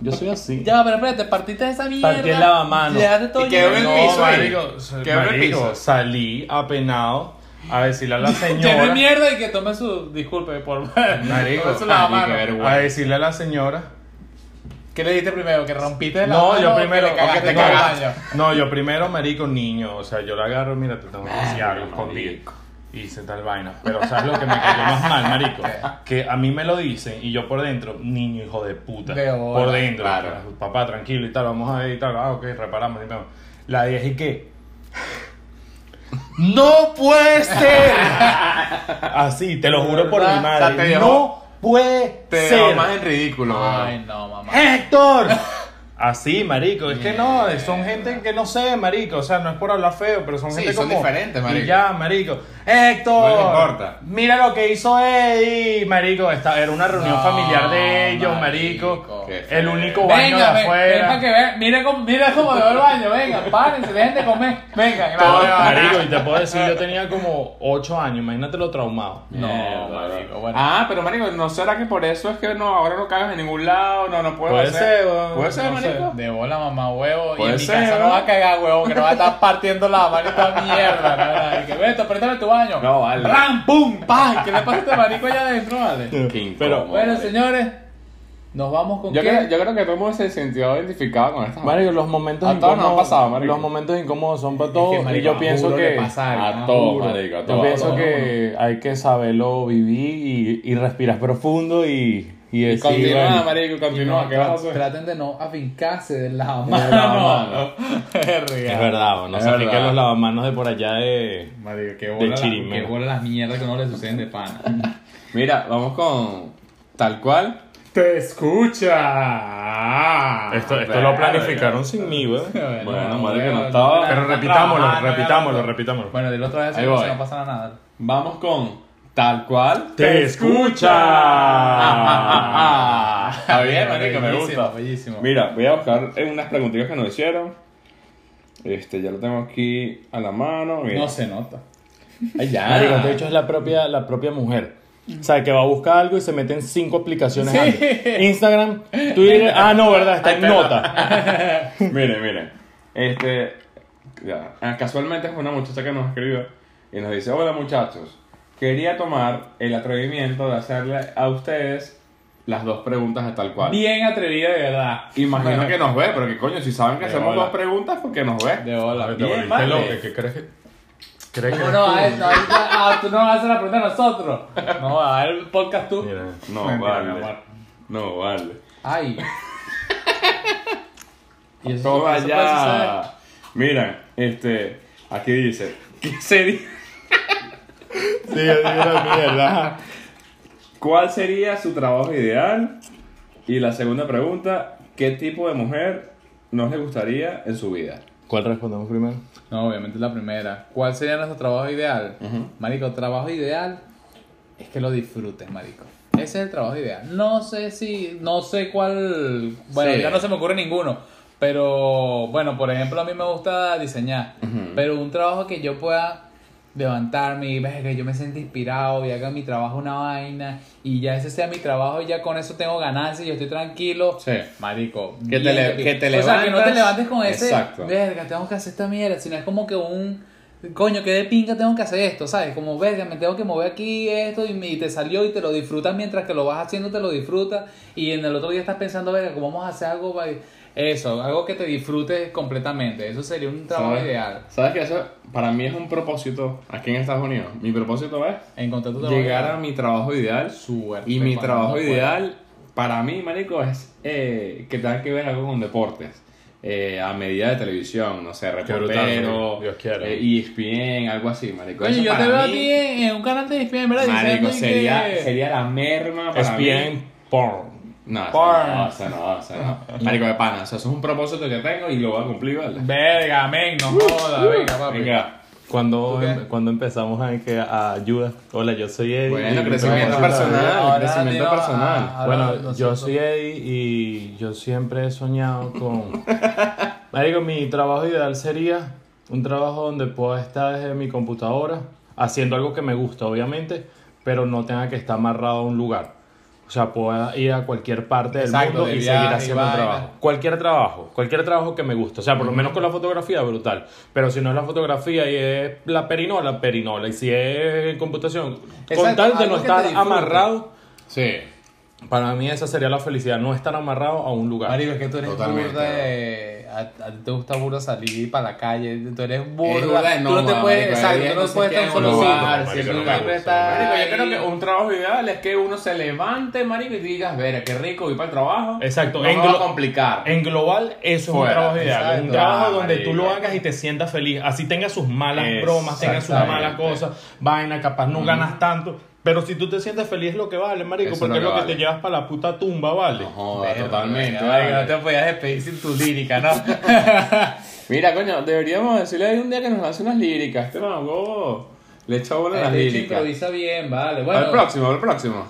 C: yo soy así.
B: Ya, pero espérate, partiste de esa mierda.
C: Partí el lavamanos.
B: Ya te todo
A: Y quedó en el
B: lleno.
A: piso.
B: No,
A: ahí.
C: marico,
A: Quebró el
C: marico,
A: piso.
C: salí apenado. a decirle a la
B: Tiene
C: señora.
B: mierda y que tome su. Disculpe por.
C: Marico,
B: por su lavamano.
A: marico, qué vergüenza.
C: a decirle a la señora.
B: ¿Qué le dijiste primero? ¿Que rompiste la
C: No, yo
B: mano o
C: primero.
B: Que le cagaste
C: no,
B: en el baño?
C: no, yo primero, marico, niño. O sea, yo la agarro, mira, te tengo que decir
A: Marico,
C: algo escondido.
A: marico.
C: Hice tal vaina. Pero ¿sabes lo que me cayó más mal, marico? Que a mí me lo dicen y yo por dentro, niño, hijo de puta.
B: De bola,
C: por dentro. pues,
A: claro.
C: Papá, tranquilo y tal, vamos a ver y tal. Ah, ok, reparamos, limpiamos. La dije que. ¡No puede ser! Así, te lo juro por mi
A: ¿Verdad? O sea, te
C: madre.
A: dejó-
C: ¡No puede
A: Te dejó
C: ser!
A: más en ridículo.
B: Ay,
A: weón.
B: no, mamá.
C: ¡Héctor! Así, marico. Es que no, son gente que no sé, marico. O sea, no es por hablar feo, pero son
A: Sí,
C: gente
A: son
C: como...
A: diferentes, marico.
C: Y ya, marico. ¡Héctor!
A: No les importa.
C: Mira lo que hizo Eddie, marico. Esta, era una reunión
B: No,
C: familiar de ellos, marico.
B: marico.
A: Qué
C: El
A: feo.
C: único baño
B: Venga,
C: de
B: ven, ven
C: afuera.
B: para que vean. Mira cómo, mira cómo veo el baño. Venga, párense, dejen de comer. Venga,
C: Todo,
B: gracias.
C: marico, y te puedo decir, yo tenía como 8 años. Imagínate lo traumado.
B: No,
A: Mierda,
B: marico,
A: bro.
B: bueno.
A: Ah, pero marico, ¿no será que por eso es que no, ahora no cagas en ningún lado? No, no puedo
C: Puede
A: hacer.
C: ser, weón.
A: Puede ser,
C: No sé.
A: marico.
B: De bola, mamá, huevo. y
A: Puede
B: en mi
A: ser,
B: casa no
A: ¿no?
B: va a cagar, huevo, que no va a estar partiendo la mano esta mierda. ¿no? Y que vete, préstame tu baño.
A: No, vale.
B: ¡Ram, pum, pam! ¿Qué le pasa a este marico allá adentro, vale?
A: Qué incómodo,
C: Pero,
B: Bueno,
A: marico.
B: señores, nos vamos con
A: Yo
B: qué?
A: creo, yo creo que todo el mundo se sintió identificado con esta
C: Ah. Marico, los momentos
A: A todos nos ha pasado, marico.
C: Los momentos incómodos son para
B: Es
C: todos.
B: que, marico,
C: y yo
B: a
C: pienso
B: juro le
C: que.
B: pasa algo,
A: A
B: ¿no?
A: todos,
B: Juro.
A: marico, a
C: Yo
A: todos.
C: pienso
B: todo,
C: que hay que saberlo vivir y, y respiras profundo y, y decir,
A: Continúa,
C: bueno,
A: marico, continúa. ¿Qué vas a hacer?
B: Traten de no afincarse de la
A: De
B: mano.
A: lavamano.
C: Es verdad, no
A: Es
C: se
A: verdad.
C: fiquen los lavamanos de por allá de...
B: Marico, qué
C: Del
B: bola, la-
C: chirimero.
B: qué bola las mierdas que no le suceden de pana.
A: Mira, vamos con tal cual.
B: ¡Te escucha!
C: Esto, esto
A: verga.
C: lo planificaron sin mí, güey.
B: Bueno,
A: Bueno, madre que
B: bueno,
A: no estaba.
C: Pero
B: no,
C: repitámoslo,
B: no, no, no,
C: repitámoslo,
B: no.
C: repitámoslo.
B: Bueno, del otro vez
A: Ahí
B: no
A: voy.
B: se no pasa nada.
A: Vamos con tal cual.
C: ¡Te escucha!
A: Está bien, marico, me
B: Ah, Bellísimo,
A: gusta.
B: bellísimo.
A: Mira, voy a buscar eh, unas preguntitas que nos hicieron. Este, ya lo tengo aquí a la mano. Mira.
B: No se nota.
A: Ay, ya.
C: Marico, de hecho es la propia, la propia mujer. O sea, que va a buscar algo y se mete en cinco aplicaciones.
B: Sí.
C: antes. Instagram, Twitter... Ah, no, verdad, está en nota.
A: Miren, miren. Este, ya. Ah, casualmente es una muchacha que nos escribió y nos dice, hola muchachos, quería tomar el atrevimiento de hacerle a ustedes las dos preguntas a tal cual.
B: Bien atrevida de verdad.
A: Imagino que nos ve, pero que coño, si saben que
C: De
A: hacemos
C: bola.
A: dos preguntas, porque nos ve.
B: De bola.
A: Bien, vale.
C: ¿Qué crees que...? ¿Crees
B: ¿Cómo no? Ah, no, ahorita- ah, tú no vas a hacer la pregunta a nosotros. No, a ver el podcast tú.
C: Mira.
A: No
B: Mentira, mi
A: vale.
B: amor.
A: No vale.
B: Ay. Y eso-
A: Toma
B: pues, eso puede suceder.
A: ya. Mira, este, aquí dice, ¿qué sería?
C: Sí, mira, mierda.
A: ¿Cuál sería su trabajo ideal? Y la segunda pregunta, ¿qué tipo de mujer nos le gustaría en su vida?
C: ¿Cuál respondemos primero?
B: No, obviamente la primera. ¿Cuál sería nuestro trabajo ideal? Marico, trabajo ideal es que lo disfrutes, marico. Ese es el trabajo ideal. No sé si, no sé cuál, bueno,
A: Sí.
B: ya no se me ocurre ninguno. Pero, bueno, por ejemplo, a mí me gusta diseñar. Pero un trabajo que yo pueda levantarme y ver que yo me sienta inspirado y haga mi trabajo una vaina y ya ese sea mi trabajo y ya con eso tengo ganancias y yo estoy tranquilo.
A: Sí.
B: Marico.
A: Que te
B: bien,
A: le-
B: papi.
A: que te
B: O sea, que no te
A: levantas.
B: levantes con ese...
A: Exacto.
B: Verga, tengo que hacer esta mierda. Si no es como que un. Coño, que de pinga tengo que hacer esto, ¿sabes? Como, verga, me tengo que mover aquí esto y, me- y te salió y te lo disfrutas mientras que lo vas haciendo, te lo disfrutas. Y en el otro día estás pensando, verga, ¿cómo vamos a hacer algo para. Eso, algo que te disfrutes completamente. Eso sería un trabajo ideal.
A: ¿Sabes que eso para mí es un propósito aquí en Estados Unidos? Mi propósito es
B: Encontrar tu trabajo
A: llegar a
B: ideal.
A: mi trabajo ideal.
B: Suerte,
A: Y mi
B: cuando
A: trabajo
B: pueda.
A: ideal para mí, marico, es eh, que tenga que ver algo con deportes. Eh, a medida de televisión, no sé,
C: brutal,
A: reportero, eh, E
C: marico. Dios quiera.
A: y ESPN, algo así, marico.
B: Coño,
A: Eso
B: yo te
A: para
B: veo
A: mí,
B: a ti en, en un canal de ESPN, ¿verdad?
A: Marico,
B: Diciendo y
A: sería,
B: que-
A: sería la merma para
C: Es
A: mí.
C: bien porn.
A: No, eso
B: Porn.
A: no, eso no, eso no. Marico de pana, o sea, eso es un propósito que tengo y lo voy a cumplir, ¿vale?
B: Verga, amén, no jodas, venga, papi.
A: Venga.
C: Cuando,
B: ¿Tú qué?
C: em- cuando empezamos a, que, a ayuda, hola, yo soy Eddie.
A: Bueno,
C: Y-
A: crecimiento
C: Hola.
A: personal,
B: Ahora,
A: crecimiento
B: tío,
A: personal.
B: ah,
C: Bueno,
B: ahora
C: yo
B: nosotros-
C: soy Eddie y yo siempre he soñado con... Marico, mi trabajo ideal sería un trabajo donde pueda estar desde mi computadora haciendo algo que me gusta, obviamente, pero no tenga que estar amarrado a un lugar. O sea, pueda ir a cualquier parte del
B: Exacto,
C: mundo
B: de
C: y
B: viaje
C: seguir
B: y
C: haciendo un
B: vaina.
C: trabajo. Cualquier trabajo, cualquier trabajo que me guste. O sea, por lo menos con la fotografía, brutal. Pero si no es la fotografía y es la perinola, perinola. Y si es computación, con
B: Exacto,
C: tal de
B: algo
C: no
B: que te
C: estar
B: disfrute.
C: amarrado,
A: Sí.
C: para mí esa sería la felicidad, no estar amarrado a un lugar.
B: Marico, es que tú eres
A: Totalmente,
B: burda de- a, a ti te gusta burda salir para la calle, tú eres
A: Es
B: burda.
A: burda de
B: tú no te
A: nómada,
B: puedes,
A: marico,
B: exacto,
A: hay
B: tú no
A: gente
B: puedes
A: que
B: estar en
A: es
B: un solo
A: un
B: lugar,
A: lugar,
C: marico,
B: siempre
C: no me
B: siempre
C: gusta.
B: estás
A: Marico, yo creo
B: ahí.
A: que un trabajo ideal es que uno se levante, marico, y digas, verga, qué rico, voy para el trabajo.
C: Exacto,
A: No me va
C: englo-
A: a complicar.
C: En global, eso
A: Fuera,
C: es un trabajo ideal.
B: exacto.
C: Un trabajo
A: Ah,
C: donde
A: marico.
C: tú lo hagas y te sientas feliz. Así tenga sus malas bromas, tenga sus
A: Exactamente.
C: malas cosas, vaina, capaz no ganas tanto. Pero si tú te sientes feliz es lo que vale, marico,
A: Eso es
C: porque
A: lo
C: es lo
A: que
C: que
A: vale.
C: te llevas para la puta tumba, vale.
A: No joda,
B: Verga,
A: totalmente.
B: marico,
A: vale.
B: No te podías despedir sin tu lírica, ¿no?
A: Mira, coño, deberíamos decirle ahí un día que nos hace unas líricas. Este mamagüevo le echa bola a las
B: El bicho
A: líricas.
B: improvisa bien, vale.
A: Al
B: Bueno,
A: próximo, al próximo.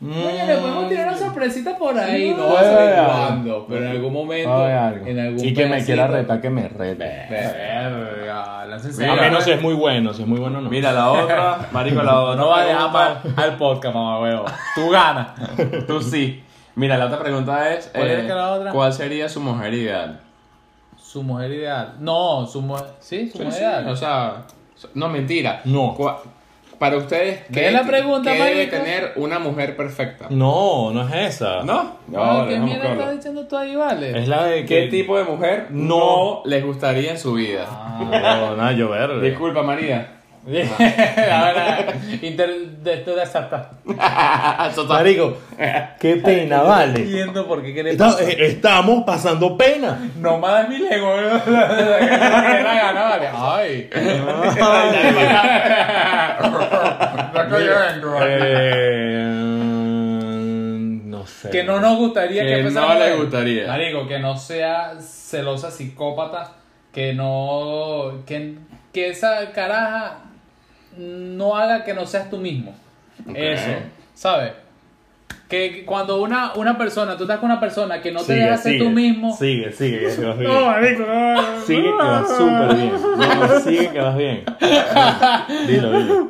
C: Mm.
B: Oye, le podemos tirar una sorpresita por ahí. No
A: Oye,
B: va a saber
A: oye.
B: cuándo, pero en algún momento.
C: Oye, algo.
B: En algún
C: y que me
B: pedacito.
C: quiera retar, que me rete.
B: Verga, láncense.
C: A
A: Mira,
C: menos si es muy bueno, si es muy bueno no.
A: Mira, la otra, marico, la otra.
B: No va a dejar
A: pregunta-
B: para al podcast, mamá huevo. Tú ganas.
A: Tú sí. Mira, la otra pregunta es... eh,
B: ¿Cuál era que la otra?
A: ¿Cuál sería su mujer ideal?
B: Su mujer ideal. No, su mujer. Sí, su
A: Sí,
B: mujer
A: sí,
B: ideal.
A: O sea, no, mentira.
C: No.
A: Cua- Para ustedes,
B: Ve la pregunta,
A: qué debe
B: marico?
A: tener una mujer perfecta?
C: No, no es esa.
A: ¿No?
B: Ah,
A: No,
B: ¿Qué
A: dejamos
B: mierda
A: claro.
B: estás diciendo tú ahí, vale?
C: Es la de
A: ¿Qué
C: que...
A: tipo de mujer no, les gustaría en su vida?
B: Ah.
C: Ah, No, nada, yo verde.
A: Disculpa, María.
B: Ahora, inter... de esto de exacta.
C: Marico, qué pena, vale.
B: Entiendo por qué querés.
C: Está- eh, estamos pasando pena.
B: No más de mil ego. ¿no? Que la gana, vale. Ay. No estoy llorando.
C: Eh, no sé.
B: Que no nos gustaría
A: Que
B: que, fuese
A: no
B: mujer.
A: le gustaría.
B: Marico, que no sea celosa psicópata, que no que, que esa caraja no haga que no seas tú mismo.
A: Ok.
B: Eso, ¿sabes? Que cuando una, una persona, tú estás con una persona que no te
C: Sigue,
B: deja ser
C: sigue,
B: tú mismo.
C: Sigue, sigue, que vas bien.
B: No, marico, no.
C: Sigue que vas súper bien. No, sigue que vas bien. Dilo, dilo.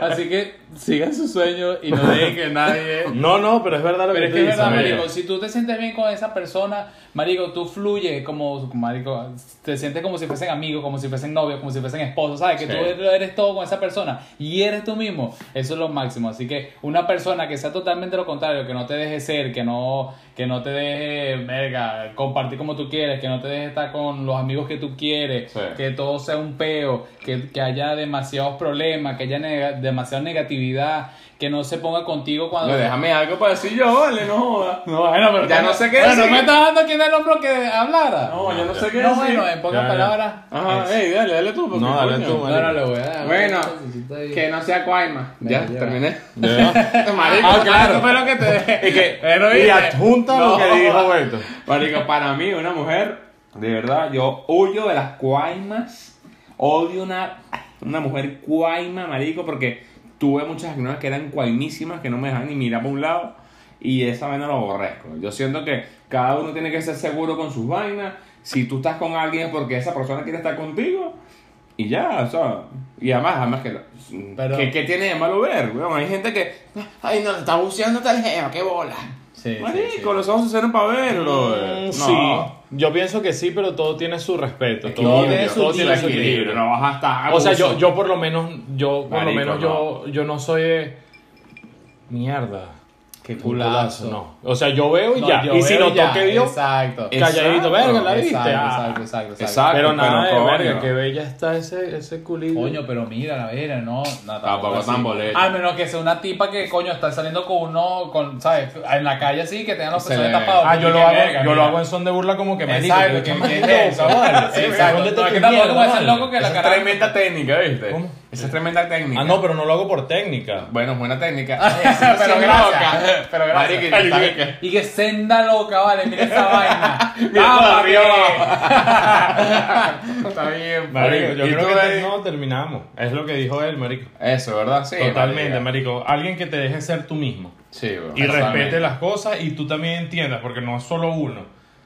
B: Así que sigan sus sueños y no dejen que nadie
C: No, no, pero es verdad lo que
B: Pero es
C: tú
B: que es
C: dices.
B: verdad,
C: amigo.
B: marico, si tú te sientes bien con esa persona, marico, tú fluyes como, marico, te sientes como si fuesen amigos, como si fuesen novios, como si fuesen esposos, ¿sabes? Que
A: Sí.
B: tú eres todo con esa persona y eres tú mismo, eso es lo máximo. Así que una persona que sea totalmente lo contrario, que no te deje ser, que no, que no te deje, verga, compartir como tú quieres, que no te deje estar con los amigos que tú quieres,
A: Sí.
B: que todo sea un peo, que, que haya demasiados problemas, que haya nega- demasiada negatividad, que no se ponga contigo cuando...
A: No, déjame algo para decir yo, vale, no joda.
B: No, bueno, pero
A: Ya no sé qué
B: Bueno,
A: decir.
B: me estás dando quién era el hombro que hablara.
A: No, yo no sé qué
B: No,
A: decir.
B: bueno, en
C: Ya,
B: pocas
C: ya.
B: palabras.
A: Ajá, hey, dale, dale tú. porque,
C: No, dale
A: coño.
C: tú,
B: No,
C: marico.
B: no le voy a dar.
A: Bueno,
B: que
A: que no sea Cuaima. Ya,
B: Mira, ya.
A: terminé.
C: Ya.
A: Marico,
B: Ah, claro.
A: eso fue lo que te dejé.
C: Y que-
A: Pero,
C: Y
A: oye,
C: adjunta lo
A: no.
C: que dijo Beto.
A: Marico, para mí, una mujer, de verdad, yo huyo de las cuaimas. Odio una, una mujer cuaima, marico, porque tuve muchas novias que eran cuaimísimas, que no me dejaban ni mirar para un lado. Y esa vaina lo aborrezco. Yo siento que cada uno tiene que ser seguro con sus vainas. Si tú estás con alguien es porque esa persona quiere estar contigo. Y ya, o sea, y además, además que, lo-
B: Pero-
A: que, que tiene de malo ver, weón. Hay gente que, "Ah, ay, no, está buceando tal geo, qué bola.
B: Sí,
A: Marico, los ojos se hicieron para verlo.
C: Mm,
A: eh.
C: Sí. Yo pienso que sí, pero todo tiene su respeto. Todo
A: Equilibrio,
C: tiene su,
A: todo tiene su
C: equilibrio.
A: equilibrio. No vas a estar.
C: O sea, yo, yo por lo menos, yo por
A: Marico,
C: lo menos
A: no.
C: yo, yo no soy eh, mierda.
B: Qué
C: Culazo,
B: culazo.
C: no. O sea, yo veo y
B: No,
C: ya.
B: yo
C: Y si
B: veo
C: no
B: ya,
C: toque Dios,
B: Exacto.
A: Eh,
C: calladito,
A: Exacto,
C: verga, la viste.
B: Exacto,
C: Ah.
B: exacto, exacto, exacto.
A: Exacto.
C: Pero nada,
A: pero
C: de
A: coño.
C: verga, qué bella está ese, ese culillo.
B: Coño, pero mira, la vera, no. no
A: Tampoco
B: así.
A: tan boleto.
B: A menos que sea una tipa que, coño, está saliendo con uno, con, ¿sabes? En la calle así, que tengan los
A: Se
B: pezones
A: le ve.
B: tapados.
C: Ah, yo
B: Qué
C: lo hago,
B: verga,
C: yo lo
B: mira.
C: hago en son de burla como que me
B: Exacto, que que- que- eso, vale. Exacto. No es que tampoco puede ser loco que la
A: Esa es
B: caraja-
A: tremenda técnica, ¿viste?
C: ¿Cómo?
A: Esa es tremenda técnica.
C: Ah, no, pero no lo hago por técnica.
A: Bueno, es buena técnica.
B: Pero gracias.
A: Pero gracias. Marico,
C: Ay,
A: está-
C: qué-
B: Y que senda loca, vale, mira esa vaina.
A: Mira,
B: Ah,
A: todo
B: papi.
A: arriba, abajo. Está bien,
C: Marico,
A: papi.
C: yo
A: ¿Y
C: creo
A: tú,
C: que
A: Dani?
C: no terminamos. Es lo que dijo él, marico.
A: Eso, ¿verdad? Sí.
C: Totalmente,
A: marico.
C: marico. Alguien que te deje ser tú mismo.
A: Sí, bro.
C: Y respete
A: Totalmente.
C: las cosas y tú también entiendas, porque no es solo uno.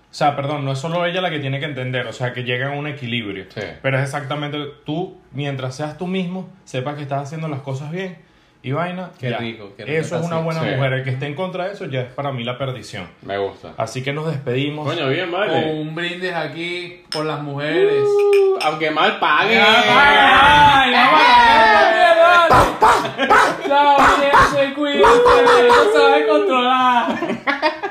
C: O sea, perdón, no es solo ella la que tiene que entender, o sea, que llega a un equilibrio.
A: Sí.
C: Pero es exactamente tú, mientras seas tú mismo, sepas que estás haciendo las cosas bien y vaina.
B: Qué
C: ya.
B: rico, qué rico
C: Eso es
B: está
C: una
B: así.
C: buena
A: Sí.
C: mujer. El que esté en contra de eso ya es para mí la perdición.
A: Me gusta.
C: Así que nos despedimos.
A: Coño, bien,
B: Con
A: vale.
B: un brindis aquí por las mujeres.
A: Uh, aunque mal pague.
B: ¡Ay, vamos a la mierda, vale! ¡La mierda se cuida! ¡No sabe controlar!